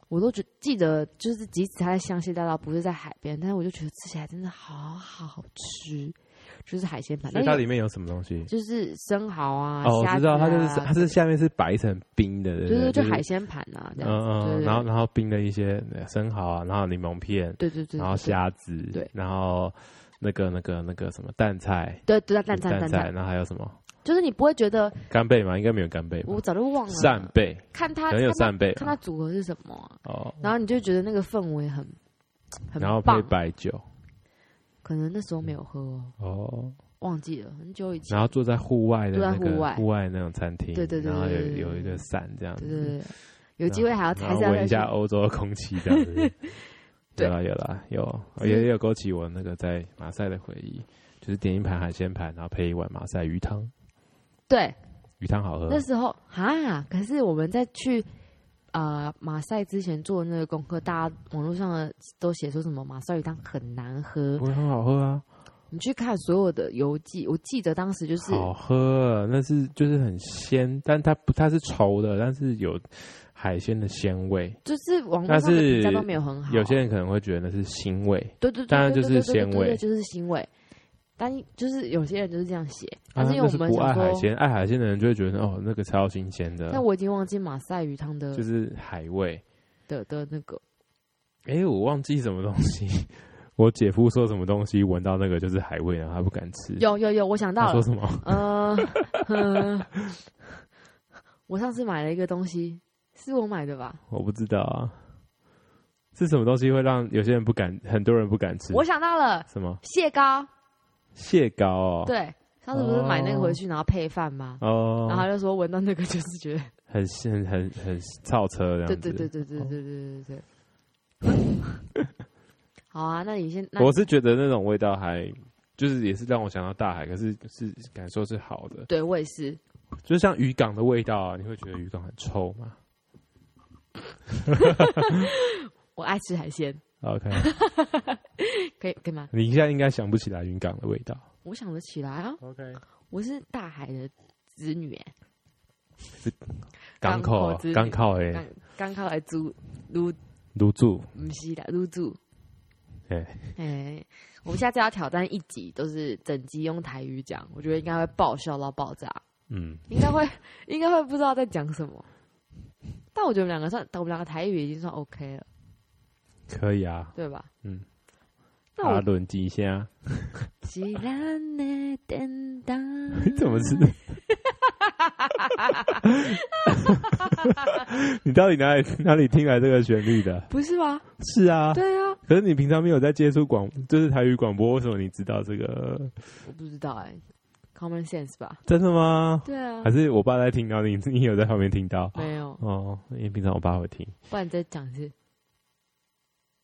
Speaker 1: 我都觉记得，就是即使它在香榭大道，不是在海边，但是我就觉得吃起来真的好好吃，就是海鲜盘，
Speaker 2: 所以它
Speaker 1: 但
Speaker 2: 里
Speaker 1: 是
Speaker 2: 面有什么东西？
Speaker 1: 就是生蚝啊，
Speaker 2: 哦，我
Speaker 1: 虾
Speaker 2: 知
Speaker 1: 子
Speaker 2: 道，
Speaker 1: 啊，
Speaker 2: 它就是它是下面是白一层冰的，对
Speaker 1: 对
Speaker 2: 不
Speaker 1: 对，
Speaker 2: 对，
Speaker 1: 就海鲜盘啊，这
Speaker 2: 嗯
Speaker 1: 样子，对
Speaker 2: 嗯，
Speaker 1: 对
Speaker 2: 然后然后冰的一些呃生蚝啊，然后柠檬片，
Speaker 1: 对对对，
Speaker 2: 然后
Speaker 1: 对，
Speaker 2: 虾子，
Speaker 1: 对
Speaker 2: 然后那个那个那个什么蛋菜，
Speaker 1: 对对蛋蛋蛋
Speaker 2: 菜，
Speaker 1: 蛋，
Speaker 2: 然后还有什么
Speaker 1: 就是你不会觉得
Speaker 2: 干贝吗？应该没有干贝吧，
Speaker 1: 我早就忘了
Speaker 2: 扇贝
Speaker 1: 看啊它
Speaker 2: 可能有嗯
Speaker 1: 看它
Speaker 2: 扇贝
Speaker 1: 看
Speaker 2: 吧
Speaker 1: 它组合是什么啊、
Speaker 2: 哦，
Speaker 1: 然后你就觉得那个氛围很很
Speaker 2: 然后配
Speaker 1: 棒。
Speaker 2: 白酒
Speaker 1: 可能那时候没有喝哦，
Speaker 2: 哦，
Speaker 1: 忘记了很久以前。
Speaker 2: 然后坐在户外的
Speaker 1: 坐在
Speaker 2: 那个
Speaker 1: 户外
Speaker 2: 户外那种餐厅，
Speaker 1: 对对对
Speaker 2: 然后有
Speaker 1: 对对对
Speaker 2: 有一个伞这样
Speaker 1: 对对
Speaker 2: 子，
Speaker 1: 对，有机会还要
Speaker 2: 然
Speaker 1: 还
Speaker 2: 后
Speaker 1: 是要
Speaker 2: 闻
Speaker 1: 再
Speaker 2: 一下
Speaker 1: 去。
Speaker 2: 欧洲的空气这 样子。
Speaker 1: 对
Speaker 2: 有啦有啦有，
Speaker 1: 是
Speaker 2: 也也有勾起我那个在马赛的回忆，就是点一盘海鲜盘，然后配一碗马赛鱼汤，
Speaker 1: 对，
Speaker 2: 鱼汤好喝
Speaker 1: 那。时候啊，可是我们在去呃马赛之前做那个功课，大家网络上的都写说什么马赛鱼汤很难喝
Speaker 2: 不。会很好喝啊，
Speaker 1: 你去看所有的游记，我记得当时就是
Speaker 2: 好喝，那是就是很鲜，但它不它是稠的，但是有海鲜的鲜味。
Speaker 1: 就是网络
Speaker 2: 但
Speaker 1: 上的
Speaker 2: 是
Speaker 1: 评价都没有很好，
Speaker 2: 有些人可能会觉得那是腥味，
Speaker 1: 对对，对
Speaker 2: 当然
Speaker 1: 对
Speaker 2: 就
Speaker 1: 对
Speaker 2: 是
Speaker 1: 对对
Speaker 2: 鲜
Speaker 1: 对
Speaker 2: 味
Speaker 1: 对就是腥味。但就是有些人就是这样写，
Speaker 2: 啊
Speaker 1: 但是因为
Speaker 2: 那
Speaker 1: 我
Speaker 2: 是
Speaker 1: 们
Speaker 2: 不爱
Speaker 1: 想
Speaker 2: 海
Speaker 1: 说，
Speaker 2: 鲜，爱海鲜的人就会觉得哦，那个超新鲜的
Speaker 1: 但，我已经忘记马赛鱼汤的
Speaker 2: 呃就是海味。
Speaker 1: 的的那个
Speaker 2: 哎、我忘记什么东西，我姐夫说什么东西闻到那个就是海味，然后他不敢吃。
Speaker 1: 有有有，我想
Speaker 2: 他
Speaker 1: 到了，
Speaker 2: 说什么？
Speaker 1: 呃，呃我上次买了一个东西，是我买的吧？
Speaker 2: 我不知道啊，是什么东西会让有些人不敢，很多人不敢吃？
Speaker 1: 我想到了
Speaker 2: 什么
Speaker 1: 蟹膏，
Speaker 2: 哦蟹膏哦？
Speaker 1: 对，上次不是买那个回去，然后配饭吗？
Speaker 2: 哦，
Speaker 1: 然后他就说闻到那个就是觉得，
Speaker 2: 很很很很超车这样
Speaker 1: 对
Speaker 2: 子。
Speaker 1: 对
Speaker 2: 哦
Speaker 1: 对对对对对对对对。 好啊，那你先，那
Speaker 2: 我是觉得那种味道还就是也是让我想到大海，可是是感受是好的，
Speaker 1: 对我也是，
Speaker 2: 就像渔港的味道啊，你会觉得渔港很臭吗
Speaker 1: 我爱吃海鲜，
Speaker 2: ？OK，
Speaker 1: 可以可以吗？
Speaker 2: 你现在应该想不起来渔港的味道。
Speaker 1: 我想得起来啊，
Speaker 2: OK，
Speaker 1: 我是大海的子女欸，
Speaker 2: 港口啊
Speaker 1: 之旅
Speaker 2: 港口诶，
Speaker 1: 刚刚靠来租租
Speaker 2: 入住
Speaker 1: 不是啦，入住。
Speaker 2: 哎
Speaker 1: 哎、我们下次要挑战一集，都是整集用台语讲，我觉得应该会爆笑到爆炸，
Speaker 2: 嗯，
Speaker 1: 应该会， 应该会不知道在讲什么。但我觉得我们两个算，我们两个台语已经算 OK 了，
Speaker 2: 可以啊，
Speaker 1: 对吧？
Speaker 2: 嗯。
Speaker 1: 那
Speaker 2: 阿
Speaker 1: 我
Speaker 2: 伦记一下，
Speaker 1: 既然的等待，
Speaker 2: 你怎么是？ 你到底哪里哪里听来这个旋律的？
Speaker 1: 不是吗？
Speaker 2: 是啊，
Speaker 1: 对啊，
Speaker 2: 可是你平常没有在接触广，就是台语广播，为什么你知道这个？
Speaker 1: 我不知道哎、c o m m o n sense 吧？
Speaker 2: 真的吗？
Speaker 1: 对啊
Speaker 2: 还，是我爸在听到你，你有在旁边听到？
Speaker 1: 没有，
Speaker 2: 哦，因为平常我爸会听。
Speaker 1: 不然你再讲一次，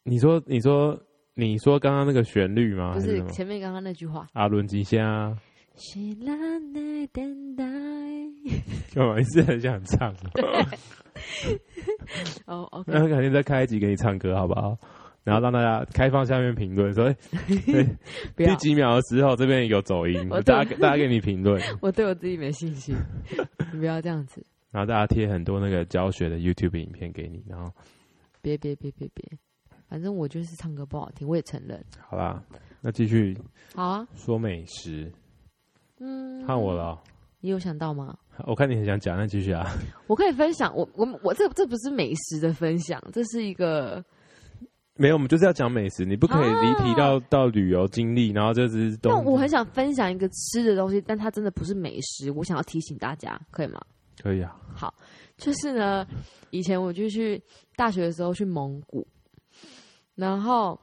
Speaker 2: 你说，你说，你说刚刚那个旋律
Speaker 1: 不
Speaker 2: 吗？啊还是
Speaker 1: 是
Speaker 2: 什么
Speaker 1: 前面刚刚那句话。
Speaker 2: 阿伦吉啊虾，
Speaker 1: 谁让你等待？
Speaker 2: 干嘛？你是很想唱哦？
Speaker 1: 哦，OK、
Speaker 2: 那
Speaker 1: o k
Speaker 2: 改天再开一集给你唱歌好不好？然后让大家开放下面评论，说哎
Speaker 1: 不
Speaker 2: 第
Speaker 1: 要，
Speaker 2: 几秒的时候这边有走音
Speaker 1: 我，
Speaker 2: 大家大家给你评论，
Speaker 1: 我对我自己没信心， 你不要这样子，
Speaker 2: 然后大家贴很多那个教学的 YouTube 影片给你，然后
Speaker 1: 别别别别别，反正我就是唱歌不好听，我也承认。
Speaker 2: 好啦，那继续
Speaker 1: 好啊，
Speaker 2: 说美食，
Speaker 1: 嗯，
Speaker 2: 看我了哦、
Speaker 1: 你有想到吗？
Speaker 2: 我看你很想讲，那继续啊。
Speaker 1: 我可以分享，我我我这这不是美食的分享，这是一个
Speaker 2: 没有，我们就是要讲美食，你不可以离题到、到旅游经历，然后这只是东。
Speaker 1: 啊但我很想分享一个吃的东西，但它真的不是美食。我想要提醒大家，可以吗？
Speaker 2: 可以啊，
Speaker 1: 好，就是呢，以前我就去大学的时候去蒙古，然后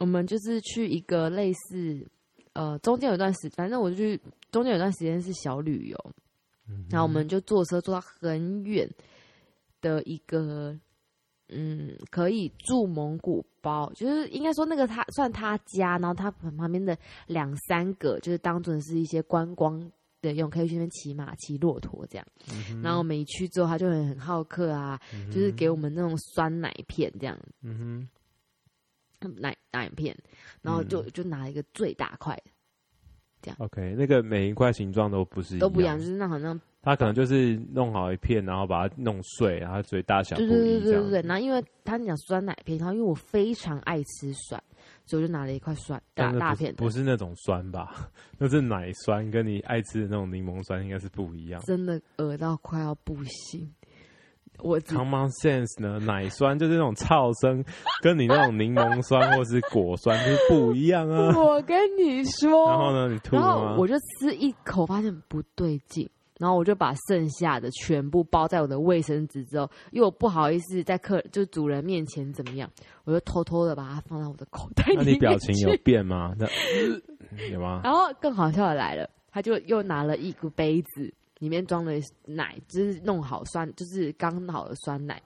Speaker 1: 我们就是去一个类似呃，中间有一段时，反正我就去中间有一段时间是小旅游，
Speaker 2: 嗯
Speaker 1: 然后我们就坐车坐到很远的一个。嗯，可以住蒙古包，就是应该说那个他算他家，然后他旁边的两三个就是当准是一些观光的用，可以去那边骑马、骑骆驼这样。
Speaker 2: 嗯
Speaker 1: 然后我们一去之后，他就很很好客啊，就是给我们那种酸奶片这样，
Speaker 2: 嗯
Speaker 1: 奶奶片，然后就、就拿一个最大块的
Speaker 2: 哼，OK，那个每一块形状都不是
Speaker 1: 都不一
Speaker 2: 样
Speaker 1: 样，就，是那好像
Speaker 2: 它可能就是弄好一片，然后把它弄碎，然后所以大小不
Speaker 1: 对
Speaker 2: 一
Speaker 1: 对对
Speaker 2: 这
Speaker 1: 对
Speaker 2: 样
Speaker 1: 对
Speaker 2: 子。
Speaker 1: 对。然后因为他讲酸奶片，然后因为我非常爱吃酸，所以我就拿了一块酸大
Speaker 2: 但是
Speaker 1: 大
Speaker 2: 不是
Speaker 1: 片的
Speaker 2: 不，是那种酸吧？ 那是奶酸，跟你爱吃的那种柠檬酸应该是不一样。
Speaker 1: 真的饿到快要不行。我只
Speaker 2: Common sense 呢，奶酸就是那种噪声，跟你那种柠檬酸或是果酸就是不一样 啊。
Speaker 1: 我跟你说，
Speaker 2: 然后呢，你吐
Speaker 1: 哦然
Speaker 2: 了
Speaker 1: 后
Speaker 2: 吗？
Speaker 1: 我就 吃一口，发现不对劲，然后我就把剩下的全部包在我的卫生纸之后，因为我不好意思在客就主人面前怎么样，我就偷偷的把它放到我的口袋里
Speaker 2: 那
Speaker 1: 面
Speaker 2: 你表情有
Speaker 1: 去
Speaker 2: 变吗？那 有吗？
Speaker 1: 然后更好笑的来了，他就又拿了一个杯子，里面装了奶，就是弄好酸，就是刚好的酸奶，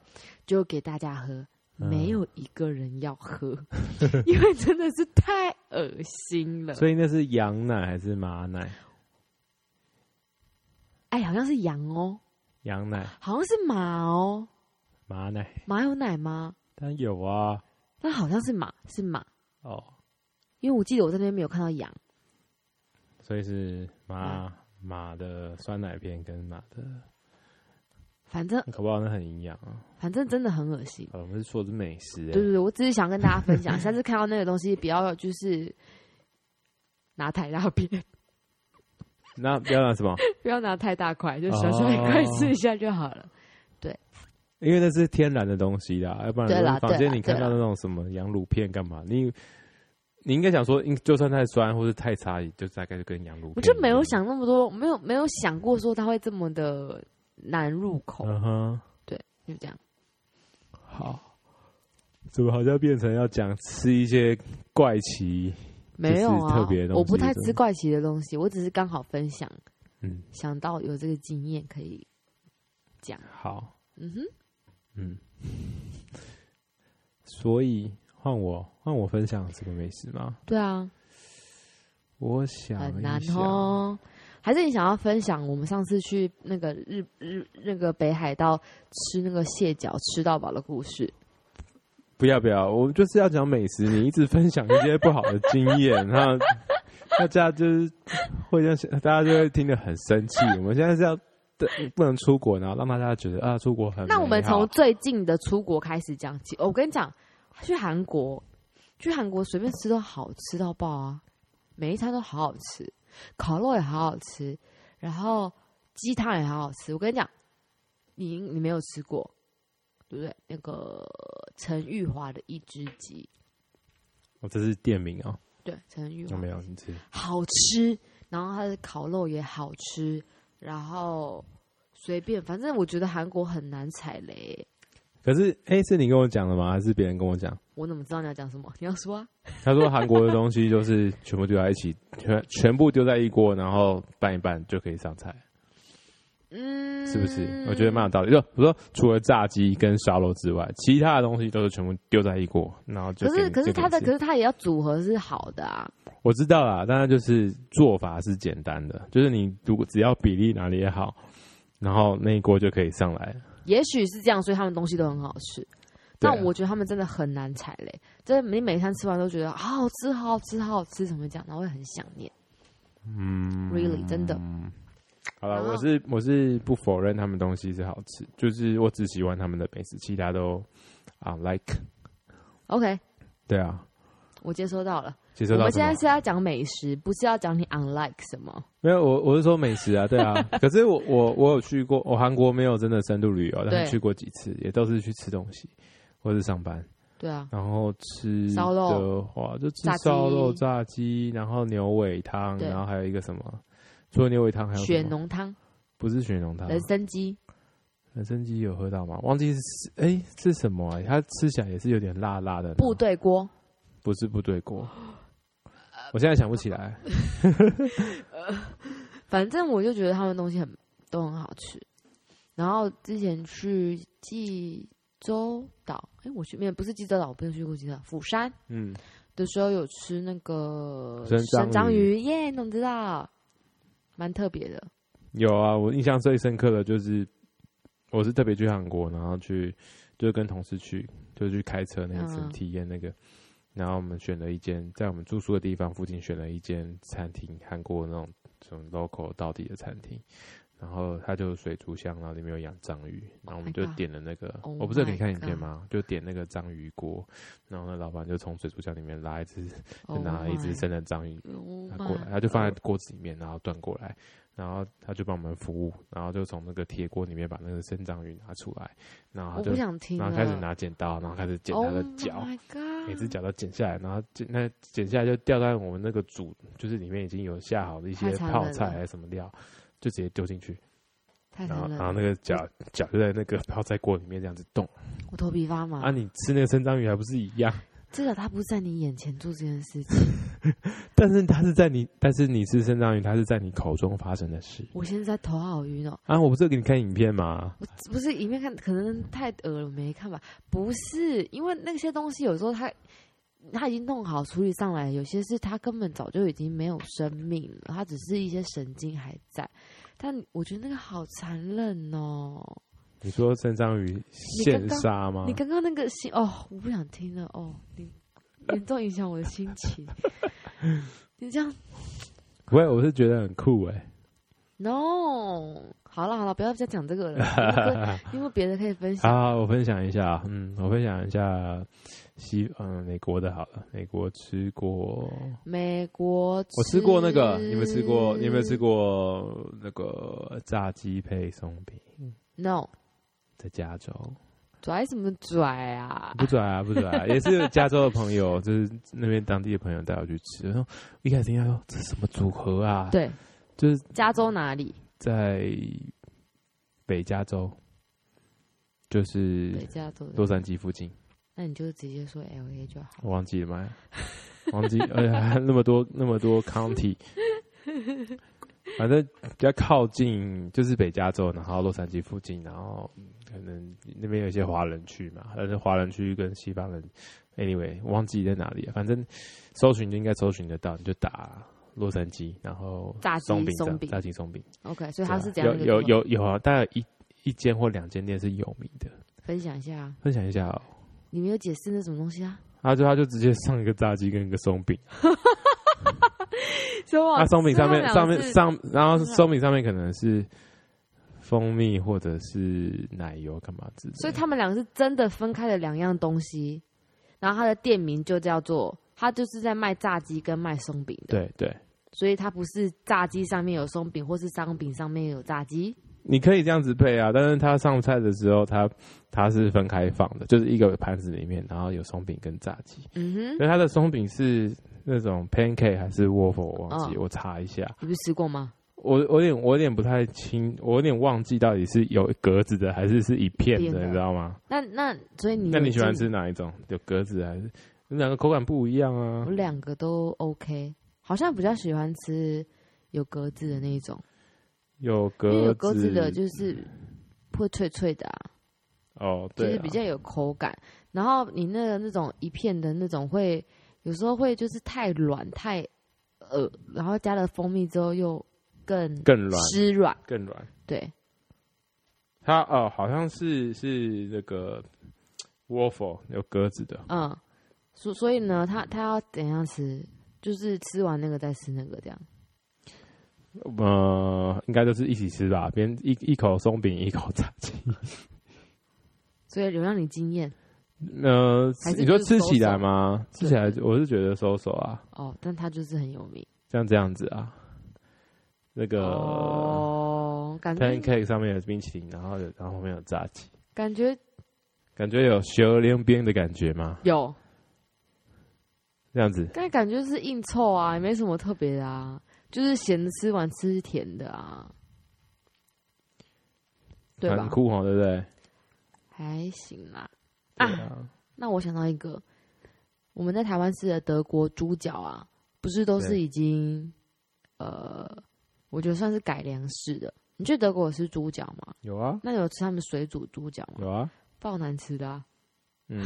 Speaker 1: 就给大家喝。
Speaker 2: 嗯
Speaker 1: 没有一个人要喝， 因为真的是太恶心了。
Speaker 2: 所以那是羊奶还是马奶？
Speaker 1: 哎，好像是羊哦，
Speaker 2: 羊奶、
Speaker 1: 好像是马哦，
Speaker 2: 马奶，
Speaker 1: 马有奶吗？
Speaker 2: 当然有啊。
Speaker 1: 那好像是马，是马，
Speaker 2: 哦，
Speaker 1: 因为我记得我在那边没有看到羊，
Speaker 2: 所以是
Speaker 1: 嗯
Speaker 2: 马马的酸奶片跟马的，
Speaker 1: 反正
Speaker 2: 搞不好那很营养啊。
Speaker 1: 反正真的很恶心。
Speaker 2: 好了我们是说的是美食、欸，
Speaker 1: 对对对，我只是想跟大家分享，下次看到那个东西不要就是拿太大片，
Speaker 2: 那不要讲什么，
Speaker 1: 不要拿太大块，就小
Speaker 2: 哦
Speaker 1: 小一块吃一下就好了。
Speaker 2: 因为那是天然的东西啦，要不然
Speaker 1: 对啦
Speaker 2: 如果房
Speaker 1: 对
Speaker 2: 间
Speaker 1: 啦
Speaker 2: 你看到那种什么羊乳片干嘛？你你应该想说，应嗯就算太酸或是太差，也就大概就跟羊乳片。
Speaker 1: 我就没有，想那么多，没有没有想过说它会这么的难入口，
Speaker 2: 嗯哼，
Speaker 1: 就这样。
Speaker 2: 好，怎么好像变成要讲吃一些怪奇？
Speaker 1: 没有啊
Speaker 2: 特别的，东西
Speaker 1: 我不太
Speaker 2: 真的
Speaker 1: 吃怪奇的东西，我只是刚好分享，
Speaker 2: 嗯，
Speaker 1: 想到有这个经验可以讲。
Speaker 2: 好，
Speaker 1: 嗯哼，
Speaker 2: 嗯，所以换我换我分享这个美食吗？
Speaker 1: 对啊，
Speaker 2: 我想
Speaker 1: 很
Speaker 2: 一
Speaker 1: 难
Speaker 2: 想
Speaker 1: 哦。还是你想要分享我们上次去那个日日那个北海道吃那个蟹脚吃到饱的故事？
Speaker 2: 不要不要，我们就是要讲美食，你一直分享一些不好的经 验，然后大家就是会这样想，大家就会听得很生气。我们现在是要不能出国，然后让大家觉得啊，出国很
Speaker 1: 那我们
Speaker 2: 美好
Speaker 1: 从最近的出国开始讲起。哦我跟你讲，去韩国，去韩国随便吃都好吃到爆啊，每一餐都好好吃，烤肉也好好吃，然后鸡汤也好好吃。我跟你讲，你你没有吃过，对不对？那个陈玉华的一只鸡，
Speaker 2: 哦，这是店名哦，
Speaker 1: 对，陈玉
Speaker 2: 有
Speaker 1: 华
Speaker 2: 没有？你吃
Speaker 1: 好吃，然后它的烤肉也好吃，然后随便，反正我觉得韩国很难踩雷欸、
Speaker 2: 可是哎、是你跟我讲的吗？还是别人跟我讲？
Speaker 1: 我怎么知道你要讲什么？你要说啊？
Speaker 2: 他说韩国的东西就是全部丢在一起，全全部丢在一锅，然后拌一拌就可以上菜，
Speaker 1: 嗯，
Speaker 2: 是不是？我觉得蛮有道理。就我说除了炸鸡跟烧肉之外，其他的东西都是全部丢在一锅，然后就
Speaker 1: 可
Speaker 2: 给
Speaker 1: 是
Speaker 2: 你
Speaker 1: 可是
Speaker 2: 就给
Speaker 1: 它
Speaker 2: 你
Speaker 1: 的
Speaker 2: 吃
Speaker 1: 可是它也要组合是好的啊，
Speaker 2: 我知道啦，当然就是做法是简单的，就是你如果只要比例拿捏好，然后那一锅就可以上来了。
Speaker 1: 也许是这样，所以他们东西都很好吃。
Speaker 2: 对
Speaker 1: 但
Speaker 2: 啊
Speaker 1: 我觉得他们真的很难踩雷，真的你每餐吃完都觉得啊好好吃，好好吃，好好吃，怎么讲？然后会很想念。嗯，really 真的，
Speaker 2: 好了，
Speaker 1: 然后
Speaker 2: 我是我是不否认他们东西是好吃，就是我只喜欢他们的美食，其他都啊 like。
Speaker 1: OK，
Speaker 2: 对啊，
Speaker 1: 我接收到了。
Speaker 2: 接
Speaker 1: 我
Speaker 2: 受到
Speaker 1: 们
Speaker 2: 什
Speaker 1: 现
Speaker 2: 么
Speaker 1: 在是要讲美食，不是要讲你 unlike 什么。
Speaker 2: 没有，我我是说美食啊，对啊。可是我我我有去过，我韩国没有真的深度旅游，但
Speaker 1: 对
Speaker 2: 是去过几次，也都是去吃东西或是上班，
Speaker 1: 对啊，
Speaker 2: 然后吃
Speaker 1: 烧肉
Speaker 2: 的话就吃
Speaker 1: 炸鸡
Speaker 2: 烧肉、炸鸡，然后牛尾汤，
Speaker 1: 对
Speaker 2: 然后还有一个什么，除了牛尾汤还有什
Speaker 1: 血
Speaker 2: 么
Speaker 1: 浓呃汤、
Speaker 2: 不是血浓汤，
Speaker 1: 人参鸡，
Speaker 2: 人参鸡有喝到吗？忘记是哎、是什么、啊？它吃起来也是有点辣辣的，
Speaker 1: 部队呃锅，
Speaker 2: 不是部队 锅。我现在想不起来，
Speaker 1: 反正我就觉得他们东西很都很好吃。然后之前去济州岛，哎，我去没有不是济州岛，我不是去过济州岛，釜山
Speaker 2: 嗯，
Speaker 1: 的时候有吃那个
Speaker 2: 生章
Speaker 1: 生章
Speaker 2: 鱼
Speaker 1: 鱼，耶，你怎么知道？蛮特别的，
Speaker 2: 有啊，我印象最深刻的就是，我是特别去韩国，然后去就是跟同事去，就去开车那一次、
Speaker 1: 嗯
Speaker 2: 体验那个，然后我们选了一间在我们住宿的地方附近选了一间餐厅，韩国那种这种 local 到底的餐厅，然后它就有水族箱，然后里面有养章鱼，然后我们
Speaker 1: Oh my
Speaker 2: 就
Speaker 1: god
Speaker 2: 点了那个，我、
Speaker 1: Oh
Speaker 2: 不是有给你
Speaker 1: my
Speaker 2: 看影片吗？就点那个章鱼锅，然后那老板就从水族箱里面拉一只，就 拿了一只生的章鱼
Speaker 1: Oh
Speaker 2: 他
Speaker 1: my-
Speaker 2: 过来，他就放在锅子里面，然后端过来，然后他就帮我们服务，然后就从那个铁锅里面把那个生章鱼拿出来，然后
Speaker 1: 我
Speaker 2: 他就
Speaker 1: 不想听了。
Speaker 2: 然后开始拿剪刀，然后开始剪它的脚
Speaker 1: Oh，my god！
Speaker 2: 每只脚都剪下来，然后剪那剪下来就掉在我们那个煮，就是里面已经有下好的一些
Speaker 1: 太残忍
Speaker 2: 泡菜
Speaker 1: 了
Speaker 2: 还是什么料，就直接丢进去，
Speaker 1: 太
Speaker 2: 然后
Speaker 1: 残忍
Speaker 2: 然
Speaker 1: 了，
Speaker 2: 后
Speaker 1: 嗯
Speaker 2: 那个脚脚就在那个泡菜锅里面这样子动，
Speaker 1: 我头皮发麻。
Speaker 2: 啊，你吃那个生章鱼还不是一样？
Speaker 1: 至少他不是在你眼前做这件事情。
Speaker 2: 但是它是在你，但是你吃生章鱼，它是在你口中发生的事。
Speaker 1: 我现在头好晕哦，
Speaker 2: 啊，我不是给你看影片吗？
Speaker 1: 不是里面看可能太恶了，没看吧？不是，因为那些东西有时候它它已经弄好处理上来，有些是它根本早就已经没有生命了，它只是一些神经还在。但我觉得那个好残忍哦！
Speaker 2: 你说生章鱼现杀吗
Speaker 1: 你？刚刚那个心哦，我不想听了哦，你严重影响我的心情。你这样
Speaker 2: 不会，我是觉得很酷哎、
Speaker 1: no，好了好了，不要再讲这个了，因为别的可以分享。
Speaker 2: 好，我分享一下，嗯，我分享一下西嗯美国的好了，美国吃过，
Speaker 1: 美国，
Speaker 2: 我吃过那个，你们吃过？你有没有吃过那个炸鸡配松饼？
Speaker 1: ？No，
Speaker 2: 在加州
Speaker 1: 啊拽什么拽啊？
Speaker 2: 不拽啊，不拽、啊，也是有加州的朋友，就是那边当地的朋友带我去吃。然后一开始听他说这是什么组合啊？，
Speaker 1: 对，
Speaker 2: 就是
Speaker 1: 加州哪里？
Speaker 2: 在北加州，就是
Speaker 1: 北加州的。
Speaker 2: 洛杉矶附近，
Speaker 1: 那你就直接说 L A 就好。
Speaker 2: 我忘记了吗？忘记，哎呀，那么多那么多 county，反正比较靠近就是北加州，然后洛杉矶附近，然后嗯可能那边有一些华人区嘛，但是华人区跟西方人，anyway，我忘记在哪里了，反正搜寻就应该搜寻得到，你就打洛杉矶，然后
Speaker 1: 炸鸡
Speaker 2: 松饼这样
Speaker 1: 松饼
Speaker 2: 炸鸡松饼，
Speaker 1: OK，所以他是怎
Speaker 2: 对
Speaker 1: 样
Speaker 2: 啊
Speaker 1: 一个
Speaker 2: 有
Speaker 1: 地方
Speaker 2: 有有有啊，大概一一间或两间店是有名的，
Speaker 1: 分享一下啊，
Speaker 2: 分享一下哦。
Speaker 1: 你没有解释那什么东西啊？
Speaker 2: 他就他就直接上一个炸鸡跟一个松饼，
Speaker 1: 什么
Speaker 2: 那啊松饼上面
Speaker 1: 这两
Speaker 2: 上
Speaker 1: 个
Speaker 2: 面
Speaker 1: 字
Speaker 2: 上，然后松饼上面可能是蜂蜜或者是奶油干嘛之类的，
Speaker 1: 所以他们两个是真的分开了两样东西，然后他的店名就叫做，他就是在卖炸鸡跟卖松饼的，
Speaker 2: 对对，
Speaker 1: 所以它不是炸鸡上面有松饼，或是松饼上面有炸鸡。
Speaker 2: 你可以这样子配啊，但是他上菜的时候，他他是分开放的，就是一个盘子里面，然后有松饼跟炸鸡，
Speaker 1: 嗯哼，
Speaker 2: 所以他的松饼是那种 pancake 还是 waffle，我忘记，
Speaker 1: 嗯
Speaker 2: 我查一下，
Speaker 1: 你不是吃过吗？
Speaker 2: 我我有点我有点不太清，我有点忘记到底是有格子的还是是一片
Speaker 1: 一片
Speaker 2: 的，
Speaker 1: 的
Speaker 2: 你知道吗？
Speaker 1: 那那所以你
Speaker 2: 那
Speaker 1: 有
Speaker 2: 你喜欢
Speaker 1: 进
Speaker 2: 吃哪一种？有格子还是？你两个口感不一样啊
Speaker 1: 我！两个都 OK，好像比较喜欢吃有格子的那一种，
Speaker 2: 有格
Speaker 1: 因
Speaker 2: 子
Speaker 1: 为有格子的就是会脆脆的啊，
Speaker 2: 哦，
Speaker 1: 就
Speaker 2: 对啊，
Speaker 1: 是比较有口感。然后你那个那种一片的那种会有时候会就是太软太呃，然后加了蜂蜜之后又更
Speaker 2: 更软，
Speaker 1: 湿软，
Speaker 2: 更软。
Speaker 1: 对，
Speaker 2: 它哦，好像是是那个 waffle 有格子的，
Speaker 1: 嗯，所所以呢，他他要怎样吃？就是吃完那个再吃那个这样。
Speaker 2: 呃，应该都是一起吃吧，边一一口松饼，一口炸鸡。
Speaker 1: 所以有让你惊艳，
Speaker 2: 呃，
Speaker 1: 还是
Speaker 2: 你说
Speaker 1: 就是
Speaker 2: 吃
Speaker 1: 收
Speaker 2: 起来
Speaker 1: 手
Speaker 2: 吗？吃起来我是觉得收手啊，
Speaker 1: 哦，但他就是很有名
Speaker 2: 像这样子啊，那个
Speaker 1: 哦，感觉
Speaker 2: pancake 上面有冰淇淋，然后有然后旁边有炸鸡，
Speaker 1: 感觉
Speaker 2: 感觉有修炼边的感觉吗？
Speaker 1: 有，
Speaker 2: 这样子，
Speaker 1: 但感觉就是硬凑啊，也没什么特别的啊，就是咸的吃完吃甜的啊，对
Speaker 2: 蛮
Speaker 1: 吧？
Speaker 2: 酷哦，对不对？
Speaker 1: 还行啦。
Speaker 2: 对
Speaker 1: 啊
Speaker 2: 啊，
Speaker 1: 那我想到一个，我们在台湾吃的德国猪脚啊，不是都是
Speaker 2: 对
Speaker 1: 已经呃，我觉得算是改良式的。你去德国有吃猪脚吗？
Speaker 2: 有啊，
Speaker 1: 那你有吃他们水煮猪脚吗？
Speaker 2: 有啊，
Speaker 1: 爆难吃的、啊，
Speaker 2: 嗯，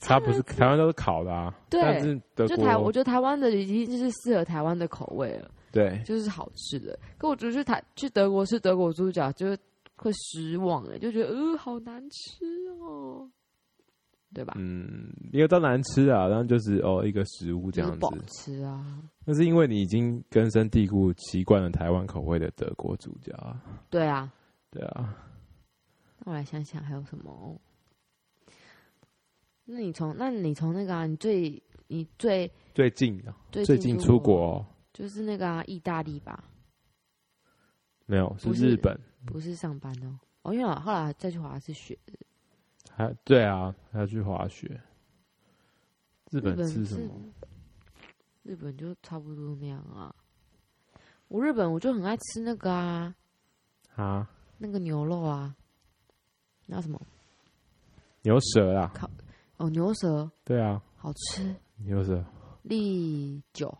Speaker 2: 它不是台湾都是烤的啊，
Speaker 1: 对
Speaker 2: 但是德
Speaker 1: 就台，我
Speaker 2: 国
Speaker 1: 觉得台湾的已经就是适合台湾的口味了，
Speaker 2: 对
Speaker 1: 就是好吃的。可我觉得去台去德国吃德国猪脚，就是会失望哎、就觉得呃好难吃哦，对吧？
Speaker 2: 嗯，因为到难吃啊，然后就是哦一个食物这
Speaker 1: 就是
Speaker 2: 样
Speaker 1: 不好
Speaker 2: 子，
Speaker 1: 吃啊，
Speaker 2: 那是因为你已经根深蒂固习惯了台湾口味的德国猪脚啊，
Speaker 1: 对啊。
Speaker 2: 对啊，
Speaker 1: 那我来想想还有什么哦。那你从那你从那个啊，你最你最
Speaker 2: 最近啊
Speaker 1: 最
Speaker 2: 最近出国哦
Speaker 1: 就是那个啊，意大利吧，
Speaker 2: 没有是
Speaker 1: 不是
Speaker 2: 日本，
Speaker 1: 不是上班哦。哦，因为我后来再去华是学
Speaker 2: 还对啊，还要去滑雪，日
Speaker 1: 日
Speaker 2: 本
Speaker 1: 本
Speaker 2: 吃什
Speaker 1: 是
Speaker 2: 么？
Speaker 1: 日本就差不多那样啊。我日本我就很爱吃那个啊，
Speaker 2: 啊？
Speaker 1: 那个牛肉啊，那什么
Speaker 2: 牛舌啊，
Speaker 1: 哦牛舌
Speaker 2: 对啊，
Speaker 1: 好吃，
Speaker 2: 牛舌
Speaker 1: 利酒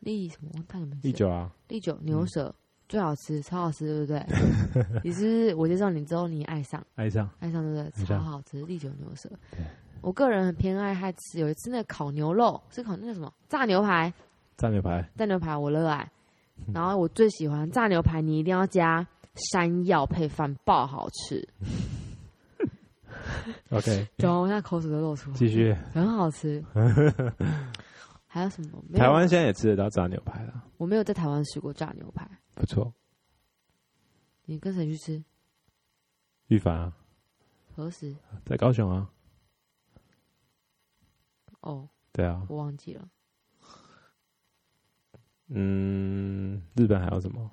Speaker 1: 利什么忘记有没有吃
Speaker 2: 一九啊，
Speaker 1: 第九牛舌、最好吃，超好吃，对不 对？你是我介绍你之后，你爱上
Speaker 2: 爱上
Speaker 1: 爱上，对不
Speaker 2: 爱
Speaker 1: 对？超
Speaker 2: 上
Speaker 1: 好吃，第九牛舌
Speaker 2: 对。
Speaker 1: 我个人很偏爱还吃，有一次那个烤牛肉是烤那个什么炸牛排，
Speaker 2: 炸牛排，
Speaker 1: 炸牛排我热爱。
Speaker 2: 嗯
Speaker 1: 然后我最喜欢炸牛排，你一定要加山药配饭，爆好吃。
Speaker 2: OK，
Speaker 1: 然后我现在口水都露出来，
Speaker 2: 继续。
Speaker 1: 很好 吃。还有什么？没有啊
Speaker 2: 台湾现在也吃得到炸牛排了，
Speaker 1: 我没有在台湾吃过炸牛排，
Speaker 2: 不错。
Speaker 1: 你跟谁去吃？
Speaker 2: 玉凡啊，
Speaker 1: 何时？
Speaker 2: 在高雄啊，
Speaker 1: 哦，
Speaker 2: 对啊，
Speaker 1: 我忘记了。
Speaker 2: 嗯，日本还有什么？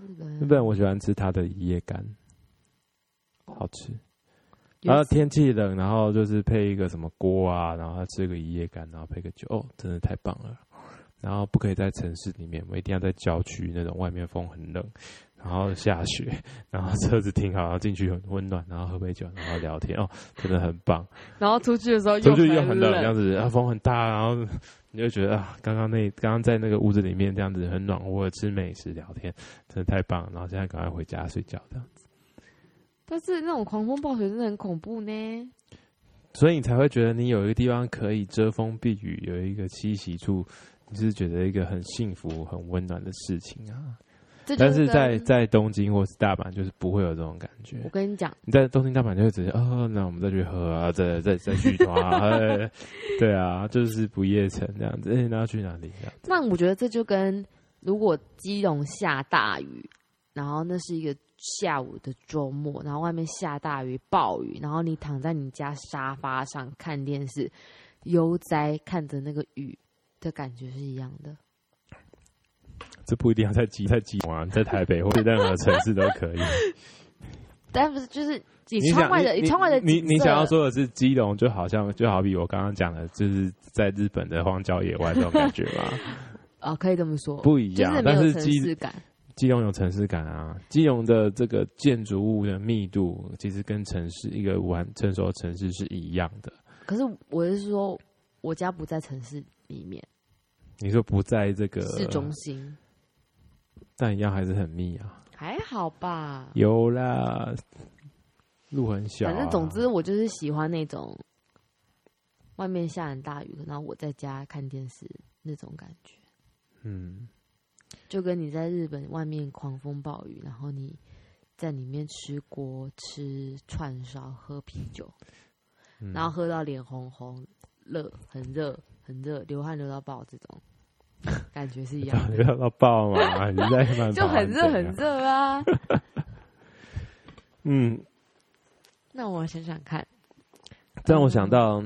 Speaker 1: 日本
Speaker 2: 日本我喜欢吃它的一夜干，好吃。
Speaker 1: 有
Speaker 2: 然后天气冷，然后就是配一个什么锅啊，然后吃个一夜干，然后配个酒，哦，真的太棒了。然后不可以在城市里面，我一定要在郊区那种外面风很冷，然后下雪，然后车子停好，然后进去很温暖，然后喝杯酒，然后聊天，哦，真的很棒。
Speaker 1: 然后出去的时候
Speaker 2: 出
Speaker 1: 又
Speaker 2: 去
Speaker 1: 很
Speaker 2: 又很冷这
Speaker 1: 冷，
Speaker 2: 样子，啊，风很大，然后你就觉得啊，刚刚那刚刚在那个屋子里面这样子很暖和，吃美食聊天，真的太棒了。然后现在赶快回家睡觉这样子，
Speaker 1: 但是那种狂风暴雪真的很恐怖呢。
Speaker 2: 所以你才会觉得你有一个地方可以遮风避雨，有一个栖息处，你就是觉得一个很幸福、很温暖的事情啊。
Speaker 1: 这就
Speaker 2: 但是
Speaker 1: 跟
Speaker 2: 在在东京或是大阪，就是不会有这种感觉。
Speaker 1: 我跟你讲，
Speaker 2: 你在东京、大阪就会直接哦，那我们再去喝啊，再再再去团 啊，哎对啊，就是不夜城这样子。哎，那要去哪里？这样
Speaker 1: 那我觉得这就跟如果基隆下大雨，然后那是一个下午的周末，然后外面下大雨暴雨，然后你躺在你家沙发上看电视，悠哉看着那个雨的感觉是一样的。
Speaker 2: 这不一定要在基在基隆啊，在台北或者任何城市都可以。
Speaker 1: 但不是就是你
Speaker 2: 你
Speaker 1: 窗
Speaker 2: 想
Speaker 1: 外的
Speaker 2: 你
Speaker 1: 窗外的
Speaker 2: 你
Speaker 1: 景
Speaker 2: 你
Speaker 1: 色
Speaker 2: 想要说的是基隆，就好像就好比我刚刚讲的，就是在日本的荒郊野外这种感觉 嘛，
Speaker 1: 啊、可以这么说，
Speaker 2: 不一
Speaker 1: 就
Speaker 2: 样。
Speaker 1: 是没
Speaker 2: 但
Speaker 1: 有
Speaker 2: 是
Speaker 1: 城
Speaker 2: 基
Speaker 1: 市感。
Speaker 2: 基隆有城市感啊，基隆的这个建筑物的密度其实跟城市一个完成熟的城市是一样的。
Speaker 1: 可是我是说，我家不在城市里面，
Speaker 2: 你说不在这个
Speaker 1: 市中心
Speaker 2: 但一样还是很密啊。
Speaker 1: 还好吧。
Speaker 2: 有啦，路很小、啊。
Speaker 1: 反正总之，我就是喜欢那种外面下很大雨，然后我在家看电视那种感觉，
Speaker 2: 嗯，
Speaker 1: 就跟你在日本外面狂风暴雨，然后你在里面吃锅、吃串烧、喝啤酒，
Speaker 2: 嗯
Speaker 1: 然后喝到脸红红、热，很热、很热，流汗流到爆，这 种感觉是一样的，
Speaker 2: 流到爆嘛，你在 慢跑
Speaker 1: 就很热啊
Speaker 2: 还
Speaker 1: 很
Speaker 2: 是怎样。
Speaker 1: 热啊。
Speaker 2: 嗯，
Speaker 1: 那我想想看，
Speaker 2: 这让我想到，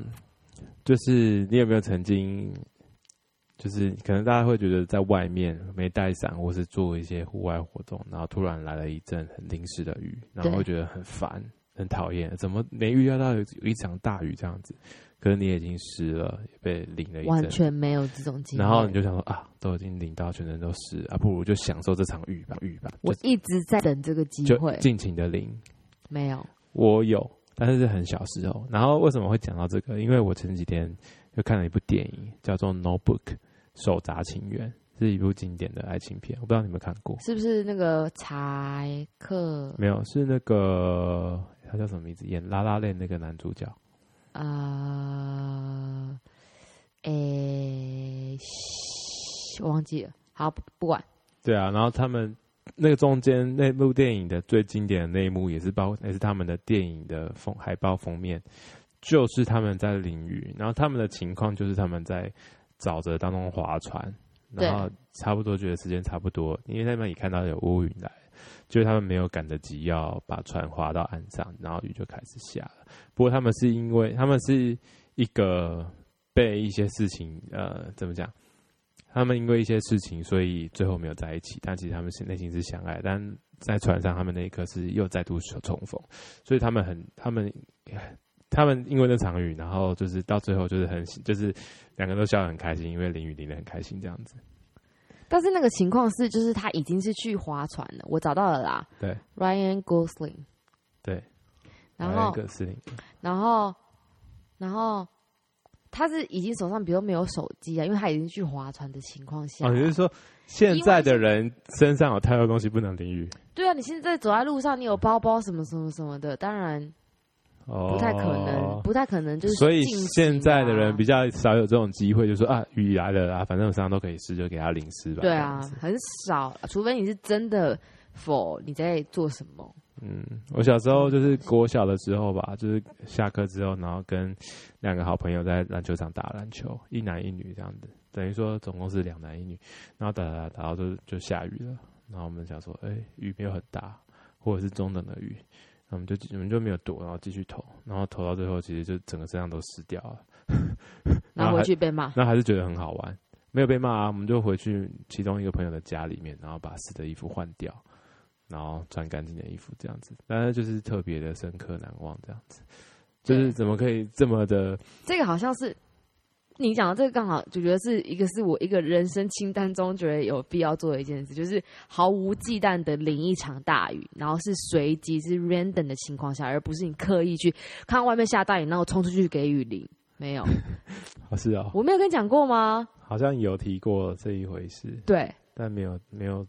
Speaker 2: 就是你有没有曾经，就是可能大家会觉得在外面没带伞，或是做一些户外活动，然后突然来了一阵很临时的雨，然后
Speaker 1: 对
Speaker 2: 会觉得很烦、很讨厌，怎么没预料到有有一场大雨这样子？可是你也已经湿了，也被淋了一
Speaker 1: 完
Speaker 2: 阵，
Speaker 1: 全没有这种经验。
Speaker 2: 然后你就想说啊，都已经淋到全身都湿啊，不如就享受这场雨吧，雨吧，
Speaker 1: 我一直在等这个机
Speaker 2: 就就
Speaker 1: 会，
Speaker 2: 尽情的淋。
Speaker 1: 没有。
Speaker 2: 我有，但是是很小时候。然后为什么会讲到这个？因为我前几天就看了一部电影，叫做《Notebook》手札情缘，是一部经典的爱情片。我不知道你有没有看过？
Speaker 1: 是不是那个柴克
Speaker 2: 没有，是那个他叫什么名字？演《拉拉链》那个男主角，
Speaker 1: 呃，诶、嘘我忘记了。好，不不管，
Speaker 2: 对啊，然后他们那个中间那部电影的最经典的那一幕，也是包也是他们的电影的封海报封面，就是他们在淋雨，然后他们的情况就是他们在沼泽当中划船，
Speaker 1: 对
Speaker 2: 然后差不多觉得时间差不多，因为他们也看到有乌云来，就是他们没有赶得及要把船划到岸上，然后雨就开始下了。不过他们是因为他们是一个被一些事情呃怎么讲？他们因为一些事情，所以最后没有在一起，但其实他们是内心是相爱，但在船上他们那一刻是又再度重逢，所以他们很他们他们因为那场雨，然后就是到最后就是很就是两个都笑得很开心，因为淋雨淋得很开心这样子。
Speaker 1: 但是那个情况是，就是他已经是去划船了，我找到了啦
Speaker 2: 对
Speaker 1: ，Ryan Gosling。
Speaker 2: 对，
Speaker 1: 然后
Speaker 2: 后一，个是你
Speaker 1: 然后，然后，他是已经手上比如没有手机啊，因为他已经去划船的情况下啊、
Speaker 2: 哦，你是说现在的人身上有太多东西不能淋雨？
Speaker 1: 对啊，你现在走在路上，你有包包什么什么什么的，当然
Speaker 2: 哦，
Speaker 1: 不太可能，不太可能就是、啊
Speaker 2: 所以现在的人比较少有这种机会，就说啊，雨来了啊，反正我身上都可以湿，就给它淋湿吧。
Speaker 1: 对
Speaker 2: 这样
Speaker 1: 啊
Speaker 2: 子，
Speaker 1: 很少，除非你是真的否你在做什么，
Speaker 2: 嗯，我小时候就是国小的时候吧，就是下课之后，然后跟两个好朋友在篮球场打篮球，一男一女这样子，等于说总共是两男一女，然后打打打打到就就下雨了，然后我们想说，哎、雨没有很大，或者是中等的雨，然后我们就我们就没有躲，然后继续投，然后投到最后，其实就整个身上都湿掉了，
Speaker 1: 然
Speaker 2: 然
Speaker 1: 后
Speaker 2: 后
Speaker 1: 回
Speaker 2: 还
Speaker 1: 去被骂。
Speaker 2: 那还是觉得很好玩，没有被骂啊，我们就回去其中一个朋友的家里面，然后把湿的衣服换掉，然后穿干净的衣服这样子，但是就是特别的深刻难忘这样子，就是
Speaker 1: 对
Speaker 2: 怎么可以这么的
Speaker 1: 这个好像是你讲的这个，刚好就觉得是一个是我一个人生清单中觉得有必要做的一件事，就是毫无忌惮的淋一场大雨，然后是随机是 random 的情况下，而不是你刻意去看到外面下大雨，然后冲出去给雨淋。没有，
Speaker 2: 哦是哦，
Speaker 1: 我没有跟你讲过吗？
Speaker 2: 好像有提过这一回事，
Speaker 1: 对，
Speaker 2: 但没有没有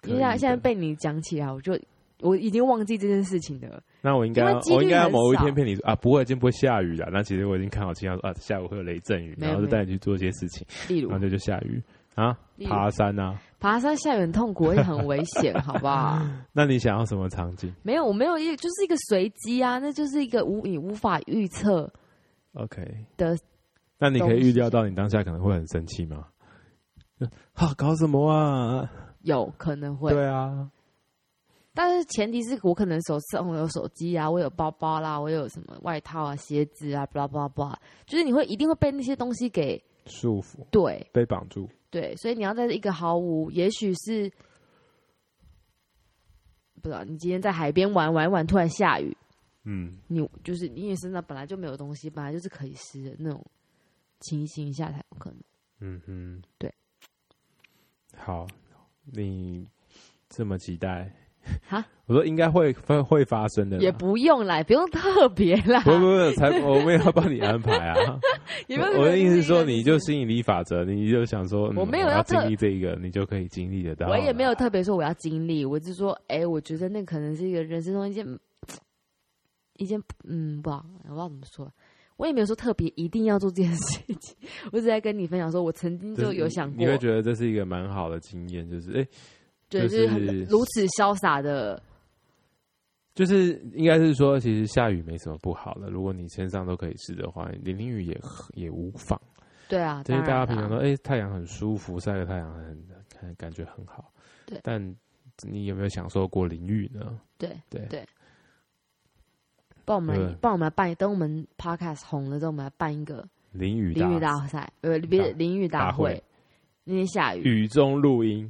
Speaker 2: 刻
Speaker 1: 你
Speaker 2: 意的。
Speaker 1: 现啊在现在被你讲起来，我就我已经忘记这件事情了。
Speaker 2: 那我应该
Speaker 1: 因为
Speaker 2: 要
Speaker 1: 几率
Speaker 2: 我应该要
Speaker 1: 很
Speaker 2: 某一
Speaker 1: 少
Speaker 2: 天骗你说啊，不会，今天不会下雨了。那其实我已经看好气象说啊，下午会有雷阵雨，
Speaker 1: 没有
Speaker 2: 然后就
Speaker 1: 没有
Speaker 2: 带你去做一些事情，
Speaker 1: 例如
Speaker 2: 然后，就就下雨啊，
Speaker 1: 例如
Speaker 2: 爬山啊。
Speaker 1: 爬山下雨很痛苦，而且很危险， 好不好？
Speaker 2: 那你想要什么场景
Speaker 1: 没有，我没有一个，就是一个随机啊，那就是一个无你无法预测
Speaker 2: ？OK，
Speaker 1: 的。
Speaker 2: 那你可以预料到你当下可能会很生气吗？ 啊，搞什么啊？
Speaker 1: 有可能会，
Speaker 2: 对啊，
Speaker 1: 但是前提是我可能手上我有手机啊，我有包包啦，我有什么外套啊、鞋子啊，blah blah blah，就是你会一定会被那些东西给
Speaker 2: 束缚
Speaker 1: 对
Speaker 2: 被绑住，
Speaker 1: 对，所以你要在一个毫无，也许是不知道你今天在海边玩玩一玩，突然下雨，
Speaker 2: 嗯，
Speaker 1: 你就是因为身上本来就没有东西，本来就是可以湿的那种情形下才有可能。
Speaker 2: 嗯哼，
Speaker 1: 对。
Speaker 2: 好，你这么期待
Speaker 1: 哈？
Speaker 2: 我说应该会会会发生的啦，
Speaker 1: 也不用啦，不用特别啦。
Speaker 2: 啊不不不，才我没有要帮你安排 啊。
Speaker 1: 也不用特别
Speaker 2: 我的意思是说，
Speaker 1: 就是
Speaker 2: 你就吸引力法则，你就想说，嗯
Speaker 1: 我没有
Speaker 2: 我
Speaker 1: 要
Speaker 2: 要经
Speaker 1: 特
Speaker 2: 历这个，你就可以经历得到啦。
Speaker 1: 我也没有特别说我要经历，我只说，哎、我觉得那可能是一个人生中一件一件，嗯，不好，我不知道怎么说。我也没有说特别一定要做这件事情，我只是在跟你分享说，我曾经
Speaker 2: 就是
Speaker 1: 就
Speaker 2: 你
Speaker 1: 有想
Speaker 2: 你
Speaker 1: 过，
Speaker 2: 会觉得这是一个蛮好的经验，就是哎、
Speaker 1: 对，就
Speaker 2: 就
Speaker 1: 是很
Speaker 2: 是
Speaker 1: 如此潇洒的，
Speaker 2: 就是应该是说，其实下雨没什么不好的。如果你身上都可以湿的话，淋淋雨也也无妨。
Speaker 1: 对啊，
Speaker 2: 就
Speaker 1: 当
Speaker 2: 是大家
Speaker 1: 然
Speaker 2: 平
Speaker 1: 啦
Speaker 2: 常说，哎、太阳很舒服，晒个太阳很很感觉很好。
Speaker 1: 对
Speaker 2: 但你有没有享受过淋雨呢？
Speaker 1: 对
Speaker 2: 对
Speaker 1: 对。帮我们来
Speaker 2: 对
Speaker 1: 帮我们来办，等我们 podcast 红了之后，我们来办一个
Speaker 2: 淋雨
Speaker 1: 淋雨大赛，呃，不是
Speaker 2: 大
Speaker 1: 淋雨大
Speaker 2: 大会
Speaker 1: 会。那天下雨，
Speaker 2: 雨中录音，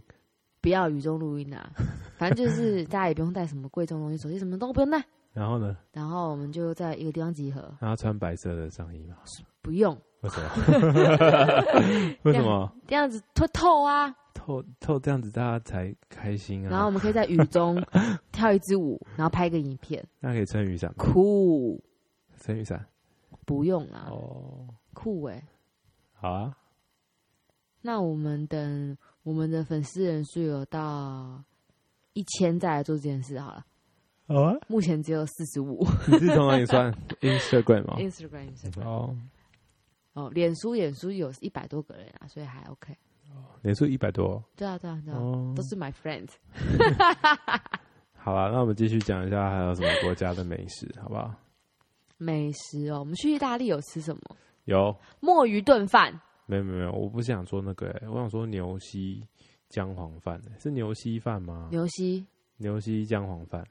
Speaker 1: 不要雨中录音啊！ 反正就是大家也不用带什么贵重东西，手机什么都不用带。
Speaker 2: 然后呢，
Speaker 1: 然后我们就在一个地方集合，
Speaker 2: 让他穿白色的上衣嘛？
Speaker 1: 不用
Speaker 2: 为什么？ 为什么
Speaker 1: 这样子会透啊。
Speaker 2: 透透这样子大家才开心啊？
Speaker 1: 然后我们可以在雨中跳一支舞，然后拍一个影片，
Speaker 2: 那可以撑雨伞吗？
Speaker 1: 酷，
Speaker 2: 撑雨伞
Speaker 1: 不用啊，
Speaker 2: 哦，
Speaker 1: 酷哎、
Speaker 2: 好啊，
Speaker 1: 那我们等我们的粉丝人数有到一千再来做这件事好了。
Speaker 2: 好啊，
Speaker 1: 目前只有四十五
Speaker 2: 你是从哪里算？Instagram 哦吗？
Speaker 1: ，Instagram 是吧
Speaker 2: 哦，
Speaker 1: 哦，脸书脸书有一百多个人啊，所以还 OK。
Speaker 2: 人数一百多
Speaker 1: 对啊，对啊，对啊，
Speaker 2: 哦
Speaker 1: 都。是 my friend。s
Speaker 2: 好了，那我们继续讲一下还有什么国家的美食，好不好？
Speaker 1: 美食哦，我们去意大利有吃什么？
Speaker 2: 有，
Speaker 1: 墨鱼炖饭，
Speaker 2: 没有没有没有，我不想说那个、欸，我想说牛膝姜黄饭、欸，是牛膝饭吗？
Speaker 1: 牛膝
Speaker 2: 牛膝姜黄饭，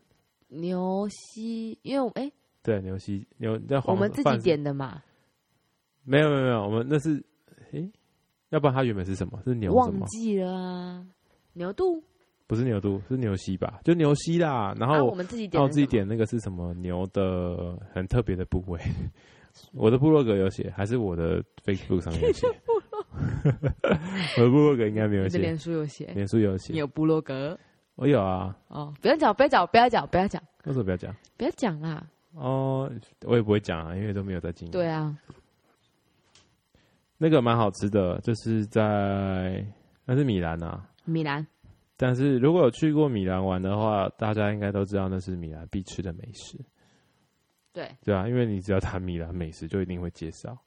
Speaker 1: 牛膝，因为我哎、
Speaker 2: 对，牛膝牛那
Speaker 1: 我
Speaker 2: 黄
Speaker 1: 们自己
Speaker 2: 饭是
Speaker 1: 点的嘛，
Speaker 2: 没有没有没有，我们那是诶、要不然它原本是什么？是牛什
Speaker 1: 忘
Speaker 2: 么？
Speaker 1: 记了啊。牛肚，
Speaker 2: 不是牛肚，是牛膝吧？就牛膝啦。然
Speaker 1: 啊，
Speaker 2: 后
Speaker 1: 我们自己
Speaker 2: 然
Speaker 1: 点，
Speaker 2: 后自己，点那个是什么牛的很特别的部位， 我的部落格有写，还是我的 Facebook 上 面有写？我的部落格应该没有
Speaker 1: 你的
Speaker 2: 写
Speaker 1: 脸，书有写，
Speaker 2: 脸书有
Speaker 1: 你
Speaker 2: 写，
Speaker 1: 有部落格
Speaker 2: 我有啊，
Speaker 1: 哦，不要讲，不要讲，不要讲，不要讲，
Speaker 2: 为什么不要讲？
Speaker 1: 不要讲啦。
Speaker 2: 哦，我也不会讲啊，因为都没有在经营。
Speaker 1: 对，啊，
Speaker 2: 那个蛮好吃的，就是在那是米兰啊。
Speaker 1: 米兰
Speaker 2: 但是如果有去过米兰玩的话，大家应该都知道那是米兰必吃的美食，
Speaker 1: 对
Speaker 2: 对啊，因为你只要谈米兰美食，就一定会介绍。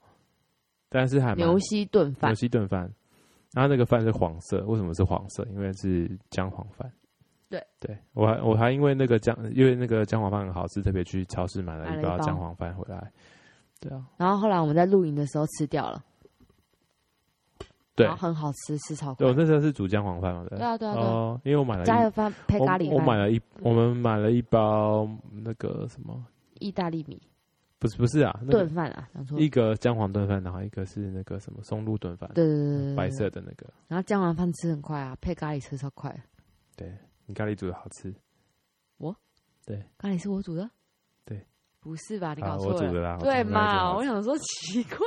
Speaker 2: 但是还蛮
Speaker 1: 牛膝炖饭
Speaker 2: 牛，西炖饭，然后那个饭是黄色，为什么是黄色？因为是姜黄饭。
Speaker 1: 对，
Speaker 2: 对我还我还因为那个姜，因为那个姜黄饭很好吃，特别去超市买了
Speaker 1: 买了
Speaker 2: 一
Speaker 1: 一包
Speaker 2: 包姜黄饭回来。对啊，
Speaker 1: 然后后来我们在露营的时候吃掉了，
Speaker 2: 对
Speaker 1: 然后很好吃，吃超
Speaker 2: 对，
Speaker 1: 快
Speaker 2: 我。那时候是煮姜黄饭嘛，对
Speaker 1: 对啊，对啊，对啊，
Speaker 2: 哦，因为我买了一
Speaker 1: 加油饭配咖喱
Speaker 2: 我，我买
Speaker 1: 饭，嗯
Speaker 2: 了一，我们买了一包那个什么，
Speaker 1: 意大利米
Speaker 2: 不是不是啊，那个
Speaker 1: 炖饭啊，讲错了。
Speaker 2: 一个姜黄炖饭，然后一个是那个什么松露炖饭，
Speaker 1: 对对对对对，
Speaker 2: 白
Speaker 1: 对
Speaker 2: 色的那个，
Speaker 1: 然后姜黄饭吃很快啊，配咖喱吃超快。
Speaker 2: 你咖喱煮的好吃
Speaker 1: 咖喱是我煮的？
Speaker 2: 对，
Speaker 1: 不是吧？你
Speaker 2: 啊，
Speaker 1: 搞
Speaker 2: 我
Speaker 1: 错
Speaker 2: 煮
Speaker 1: 了。
Speaker 2: 的啦，
Speaker 1: 对
Speaker 2: 我煮的那
Speaker 1: 嘛？
Speaker 2: 种好
Speaker 1: 我
Speaker 2: 吃
Speaker 1: 想说奇怪。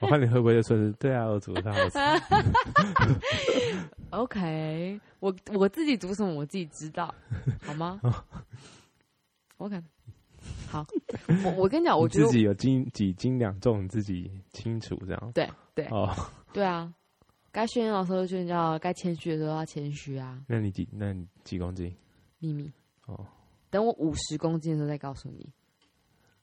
Speaker 2: 我看你会不会就顺势，对啊，我煮的它好吃，
Speaker 1: OK，我我自己煮什么我自己知 道，好吗？OK，好， 我我跟你讲， 我
Speaker 2: 你
Speaker 1: 觉得
Speaker 2: 自己有斤几斤两重，你自己清楚这样。
Speaker 1: 对对
Speaker 2: 哦，
Speaker 1: 对啊，该炫耀的时候就炫耀，该谦虚的时候要谦虚啊，
Speaker 2: 那你几那你几公斤？
Speaker 1: 秘密。
Speaker 2: 哦
Speaker 1: 等我五十公斤的时候再告诉你，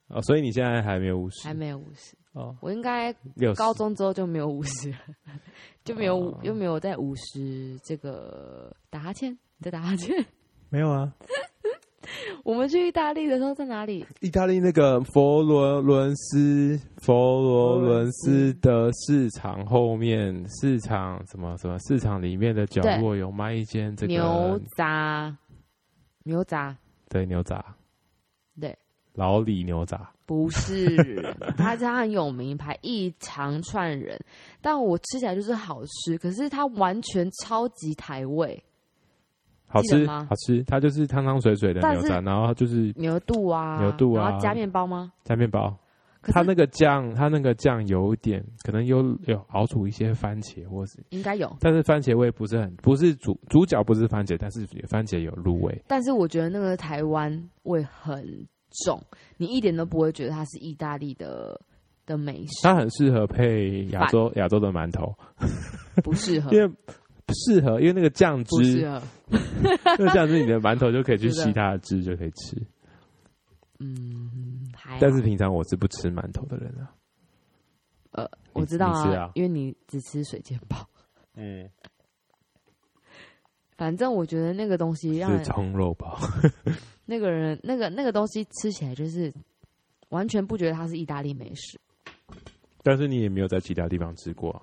Speaker 2: 哦，所以你现在还没有五十
Speaker 1: 还没有五十，
Speaker 2: 哦，
Speaker 1: 我应该
Speaker 2: 六十
Speaker 1: 高中之后就没有五十， 就没有、
Speaker 2: 哦
Speaker 1: 又没有在五十这个打哈欠，你在打哈欠。
Speaker 2: 没有啊？
Speaker 1: 我们去意大利的时候在哪里？
Speaker 2: 意大利那个佛罗伦斯，佛罗伦斯的市场后面，市场什么什么市场里面的角落有卖一间这个
Speaker 1: 牛杂，牛杂
Speaker 2: 对牛杂，
Speaker 1: 对
Speaker 2: 老李牛杂，
Speaker 1: 不是， 它它很有名牌，一长串人，但我吃起来就是好吃，可是它完全超级台味，
Speaker 2: 好
Speaker 1: 记
Speaker 2: 吃
Speaker 1: 得吗
Speaker 2: 好吃，它就是汤汤水水的牛杂，
Speaker 1: 但
Speaker 2: 然后就是
Speaker 1: 牛肚啊，
Speaker 2: 牛肚啊
Speaker 1: 然后加面包吗？
Speaker 2: 加面包。
Speaker 1: 可
Speaker 2: 它
Speaker 1: 是
Speaker 2: 那个酱，它那个酱有点可能有有熬煮一些番茄，或是
Speaker 1: 应该有，
Speaker 2: 但是番茄味不是很不是主主角不是番茄，但是番茄有入味。
Speaker 1: 但是我觉得那个台湾味很重，你一点都不会觉得它是意大利的的美食，
Speaker 2: 它很适合配亚洲亚洲的馒头，
Speaker 1: 不适合
Speaker 2: 因，为适合，因为那个酱
Speaker 1: 嗯不适
Speaker 2: 汁，
Speaker 1: 合，啊
Speaker 2: 那个酱汁你的馒头就可以去
Speaker 1: 是的
Speaker 2: 吸它的汁就可以 吃。
Speaker 1: 嗯，还好
Speaker 2: 但是平常我是不吃馒头的人啊。
Speaker 1: 呃，
Speaker 2: 你
Speaker 1: 我知道
Speaker 2: 你
Speaker 1: 啊，
Speaker 2: 吃啊
Speaker 1: 因为你只吃水煎包。
Speaker 2: 嗯，
Speaker 1: 反正我觉得那个东西让
Speaker 2: 是
Speaker 1: 人
Speaker 2: 葱肉包，
Speaker 1: 那个人那个那个东西吃起来就是完全不觉得它是意大利美食。
Speaker 2: 但是你也没有在其他地方吃过、啊。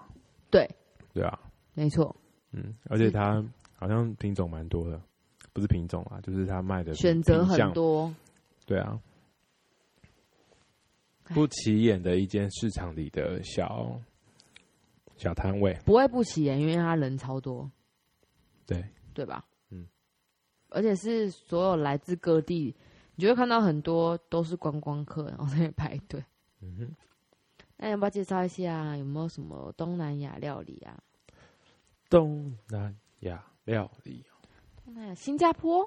Speaker 1: 对，
Speaker 2: 对啊，
Speaker 1: 没错，
Speaker 2: 嗯，而且它好像品种蛮多的，不是品种啊，就是它卖的
Speaker 1: 选择
Speaker 2: 品
Speaker 1: 很
Speaker 2: 项。
Speaker 1: 多。
Speaker 2: 对啊，
Speaker 1: 哎
Speaker 2: 不起眼的一间市场里的小小摊位，
Speaker 1: 不会不起眼，因为他人超多，
Speaker 2: 对，
Speaker 1: 对吧？
Speaker 2: 嗯，
Speaker 1: 而且是所有来自各地，你就会看到很多都是观光客，然后在那边排队。
Speaker 2: 嗯哼，
Speaker 1: 那你要不要介绍一下啊有没有什么东南亚料理啊？
Speaker 2: 东南亚料理，
Speaker 1: 东南亚，新加坡，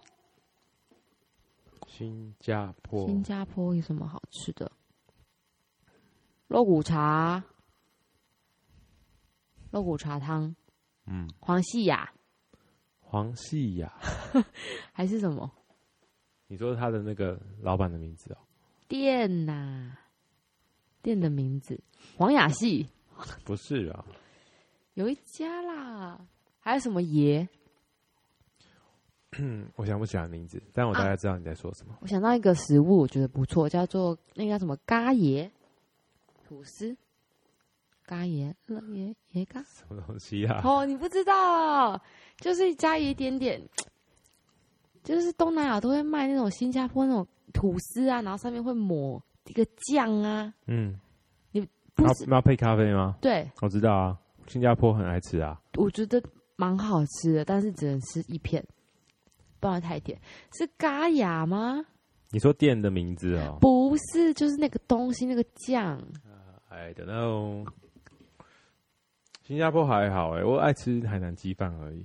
Speaker 2: 新加坡，
Speaker 1: 新加坡有什么好吃的？肉骨茶，肉骨茶汤，
Speaker 2: 嗯，
Speaker 1: 黄细雅
Speaker 2: 黄细雅，
Speaker 1: 还是什么
Speaker 2: 你说他的那个老板的名字哦，
Speaker 1: 店呐、店的名字黄雅系
Speaker 2: 不是啊，
Speaker 1: 有一家啦，还有什么爷？
Speaker 2: 嗯，我想不起来名字，但我
Speaker 1: 啊
Speaker 2: 大概知道你在说什么。
Speaker 1: 我想到一个食物，我觉得不错，叫做那个叫什么咖椰吐司，咖椰乐椰椰咖。
Speaker 2: 什么东西啊？
Speaker 1: 哦，你不知道，哦就是加一点点，就是东南亚都会卖那种新加坡那种吐司啊，然后上面会抹一个酱啊，
Speaker 2: 嗯，
Speaker 1: 不
Speaker 2: 那
Speaker 1: 是？
Speaker 2: 那配咖啡吗？
Speaker 1: 对，
Speaker 2: 我知道啊，新加坡很爱吃啊。
Speaker 1: 我觉得蛮好吃的，但是只能吃一片，不然太甜。是咖雅吗？
Speaker 2: 你说店的名字哦
Speaker 1: 不是，就是那个东西，那个酱。
Speaker 2: ？I don't know。新加坡还好哎、我爱吃海南鸡饭而已，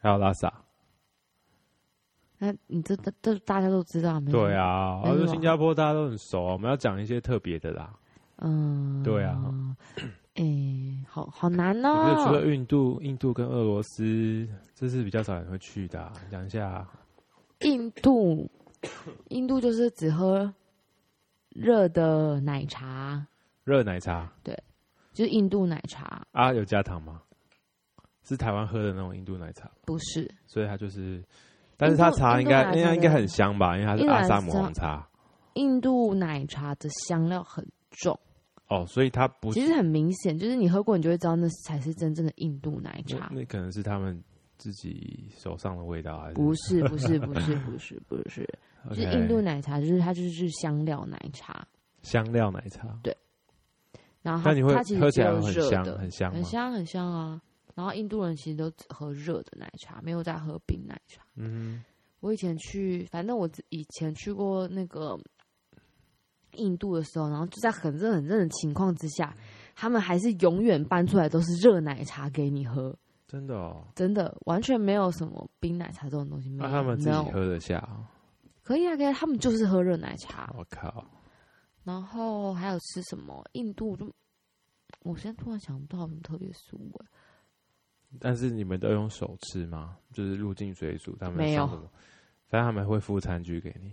Speaker 2: 还有拉萨。
Speaker 1: 那你这这这大家都知道，没什么
Speaker 2: 对，啊，
Speaker 1: 没什
Speaker 2: 我
Speaker 1: 么
Speaker 2: 说新加坡大家都很熟啊，我们要讲一些特别的啦。
Speaker 1: 嗯，
Speaker 2: 对啊，
Speaker 1: 哎、好好难
Speaker 2: 可
Speaker 1: 哦
Speaker 2: 是。除了印度、印度跟俄罗斯，这是比较少人会去的、啊。讲一下啊，
Speaker 1: 印度，印度就是只喝热的奶茶，
Speaker 2: 热奶茶
Speaker 1: 就是印度奶茶，
Speaker 2: 啊，有加糖吗？是台湾喝的那种印度奶茶，
Speaker 1: 不是
Speaker 2: 所以它就是，但是它茶应该
Speaker 1: 印度奶茶的
Speaker 2: 应该应该很香吧，因为它是阿萨姆红茶
Speaker 1: 印度奶茶的香料很重，
Speaker 2: 哦，所以它不是
Speaker 1: 其实很明显，就是你喝过你就会知道那才是真正的印度奶
Speaker 2: 那
Speaker 1: 茶，
Speaker 2: 那可能是他们自己手上的味道还是
Speaker 1: 不是不是不是不是不是，就是
Speaker 2: OK，
Speaker 1: 印度奶茶，就是它就是香料奶茶，
Speaker 2: 香料奶茶，
Speaker 1: 然后它
Speaker 2: 但你会
Speaker 1: 它其
Speaker 2: 喝
Speaker 1: 实
Speaker 2: 起
Speaker 1: 只
Speaker 2: 来
Speaker 1: 有
Speaker 2: 很
Speaker 1: 热
Speaker 2: 香
Speaker 1: 的，
Speaker 2: 很香
Speaker 1: 很
Speaker 2: 吗？
Speaker 1: 香很香啊。然后印度人其实都只喝热的奶茶，没有在喝冰奶茶。
Speaker 2: 嗯
Speaker 1: 我以前去，反正我自以前去过那个印度的时候，然后就在很热很热的情况之下，他们还是永远搬出来都是热奶茶给你喝，
Speaker 2: 哼，真的哦，
Speaker 1: 真的完全没有什么冰奶茶这种东西，没
Speaker 2: 那
Speaker 1: 有。
Speaker 2: 他们自己
Speaker 1: no
Speaker 2: 喝得下哦？
Speaker 1: 可以啊，可以啊，他们就是喝热奶茶。
Speaker 2: 我靠，
Speaker 1: 然后还有吃什么？印度就我现在突然想不到有什么特别食物欸、
Speaker 2: 但是你们都用手吃吗？就是入境水煮，他们
Speaker 1: 没有
Speaker 2: 上什么，反正他们会附餐具给你。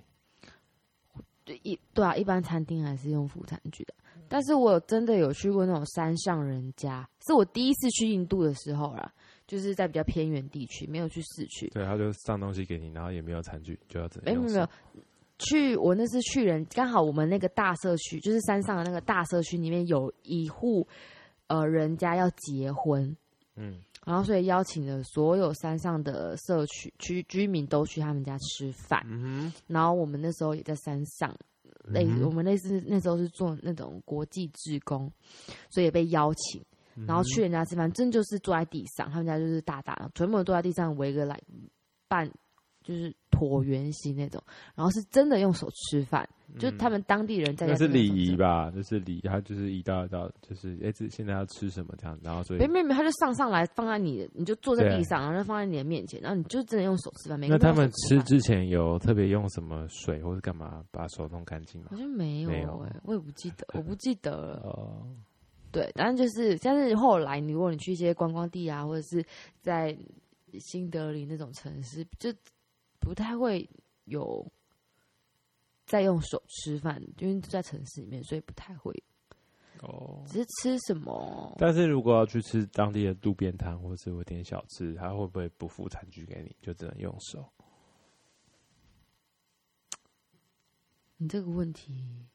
Speaker 1: 对一对啊，一般餐厅还是用副餐具的。但是我有真的有去过那种山上人家，是我第一次去印度的时候啦，就是在比较偏远地区，没有去市区。
Speaker 2: 对，他就上东西给你，然后也没有餐具，就要只
Speaker 1: 哎、
Speaker 2: 能用
Speaker 1: 没有
Speaker 2: 手。
Speaker 1: 没有，去我那次去人刚好我们那个大社区，就是山上的那个大社区里面有一户呃人家要结婚，
Speaker 2: 嗯，
Speaker 1: 然后所以邀请了所有山上的社区居居民都去他们家吃饭，
Speaker 2: 嗯哼，
Speaker 1: 然后我们那时候也在山上，类似、
Speaker 2: 嗯
Speaker 1: 我们类似那时候是做那种国际志工，所以也被邀请，
Speaker 2: 嗯
Speaker 1: 然后去人家吃饭，真就是坐在地上，他们家就是大大的，全部都坐在地上围个来半就是椭圆形那种，然后是真的用手吃饭，就他们当地人在
Speaker 2: 嗯那是礼仪
Speaker 1: 吧？
Speaker 2: 吧？就是礼，他就是一道一道，就是哎，这现在要吃什么这样，然后所以
Speaker 1: 没没没，他就上上来放在你的，你就坐在
Speaker 2: 对
Speaker 1: 地上，然后就放在你的面前，然后你就真的用手吃饭。每个
Speaker 2: 嗯那
Speaker 1: 人都
Speaker 2: 他
Speaker 1: 用
Speaker 2: 们
Speaker 1: 手
Speaker 2: 吃
Speaker 1: 饭
Speaker 2: 之前有特别用什么水或者干嘛把手弄干净吗
Speaker 1: 好？像没有、
Speaker 2: 没
Speaker 1: 欸，
Speaker 2: 有
Speaker 1: 我也不记得，我不记得了。
Speaker 2: 哦，
Speaker 1: 对，但是就是，但是后来你如果你去一些观光地啊，或者是在新德里那种城市，就不太会有在用手吃饭，因为在城市里面，所以不太会。
Speaker 2: 哦。
Speaker 1: 只是吃什么？
Speaker 2: 但是如果要去吃当地的路边摊或是有点小吃，他会不会不附餐具给你，就只能用手？
Speaker 1: 你这个问题，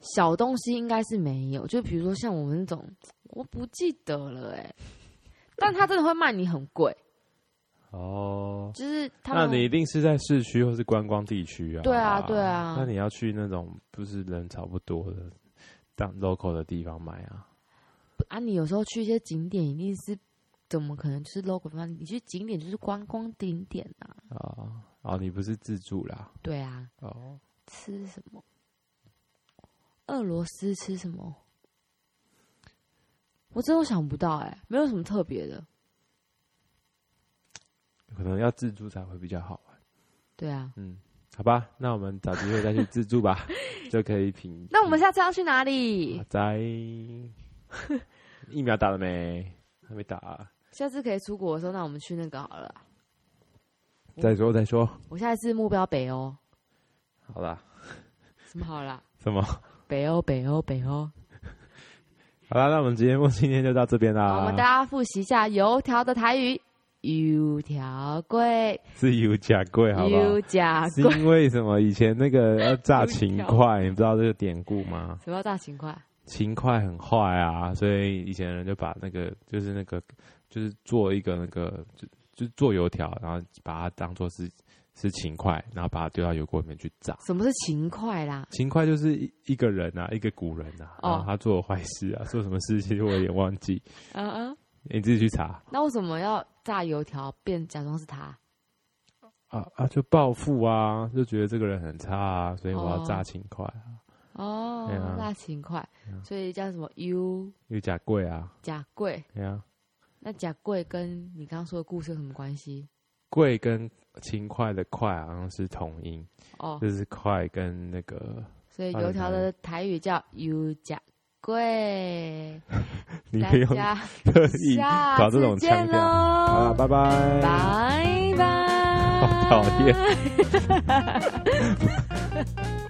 Speaker 1: 小东西应该是没有，就比如说像我们那欸种，我不记得了哎、但他真的会卖你很贵，
Speaker 2: 哦，
Speaker 1: 就是他
Speaker 2: 那
Speaker 1: 们
Speaker 2: 你一定是在市区或是观光地区啊？
Speaker 1: 对啊对啊
Speaker 2: 那你要去那种不是人潮不多的当 local 的地方买啊？
Speaker 1: 啊，你有时候去一些景点，一定是怎么可能就是 local 地方？你去景点就是观光景点啊，
Speaker 2: 啊，哦，你不是自助啦？
Speaker 1: 对啊，
Speaker 2: 哦，
Speaker 1: 吃什么？俄罗斯吃什么？我真的想不到哎、没有什么特别的。
Speaker 2: 可能要自助才会比较好玩。
Speaker 1: 对啊，
Speaker 2: 嗯，好吧，那我们找机会再去自 助吧，就可以品。啊
Speaker 1: 那我们下次要去哪里？
Speaker 2: 在疫苗打了没？还没打、啊，
Speaker 1: 下次可以出国的时候，那我们去那个好了啊。
Speaker 2: 再说再说。
Speaker 1: 我下一次目标北欧，
Speaker 2: 好啦，
Speaker 1: 什么好啦？
Speaker 2: 什么？
Speaker 1: 北欧，北欧，北欧。
Speaker 2: 好啦，那我们节目今天就到这边
Speaker 1: 好，
Speaker 2: 啦。
Speaker 1: 我们大家复习一下油条的台语，油条贵，
Speaker 2: 是油加贵，好不好？
Speaker 1: 油加
Speaker 2: 是
Speaker 1: 贵，
Speaker 2: 因为什么？以前那个要炸勤快，你不知道这个典故吗？
Speaker 1: 什么叫大勤快？
Speaker 2: 勤快很坏啊，所以以前人就把那个就是那个就是做一个那个就就是做油条，然后把它当做是是勤快，然后把它丢到油锅里面去炸。
Speaker 1: 什么是勤快啦？
Speaker 2: 勤快就是一一个人啊，一个古人啊，
Speaker 1: 哦
Speaker 2: 然后他做了坏事啊，做什么事其实我也忘记，
Speaker 1: 嗯嗯，
Speaker 2: 你自己去查
Speaker 1: 那为什么要炸油条变假装是他？
Speaker 2: 啊啊，就报复啊，就觉得这个人很差啊，所以我要炸勤快啊，
Speaker 1: 哦
Speaker 2: 对啊，
Speaker 1: 大勤快
Speaker 2: 嗯，
Speaker 1: 所以叫什么油
Speaker 2: 又假贵啊，
Speaker 1: 加贵？
Speaker 2: 对啊。
Speaker 1: 那加贵跟你刚刚说的故事有什么关系？
Speaker 2: 贵跟勤快的快好像是同音，
Speaker 1: 哦，
Speaker 2: 就是快跟那 个
Speaker 1: 所以油条的台语叫油加贵。
Speaker 2: 你
Speaker 1: 大
Speaker 2: 不用
Speaker 1: 家
Speaker 2: 特意
Speaker 1: 下
Speaker 2: 搞这
Speaker 1: 次
Speaker 2: 种
Speaker 1: 见
Speaker 2: 腔调。好啦，
Speaker 1: 喽，
Speaker 2: 拜拜。
Speaker 1: 拜拜。
Speaker 2: 好讨厌。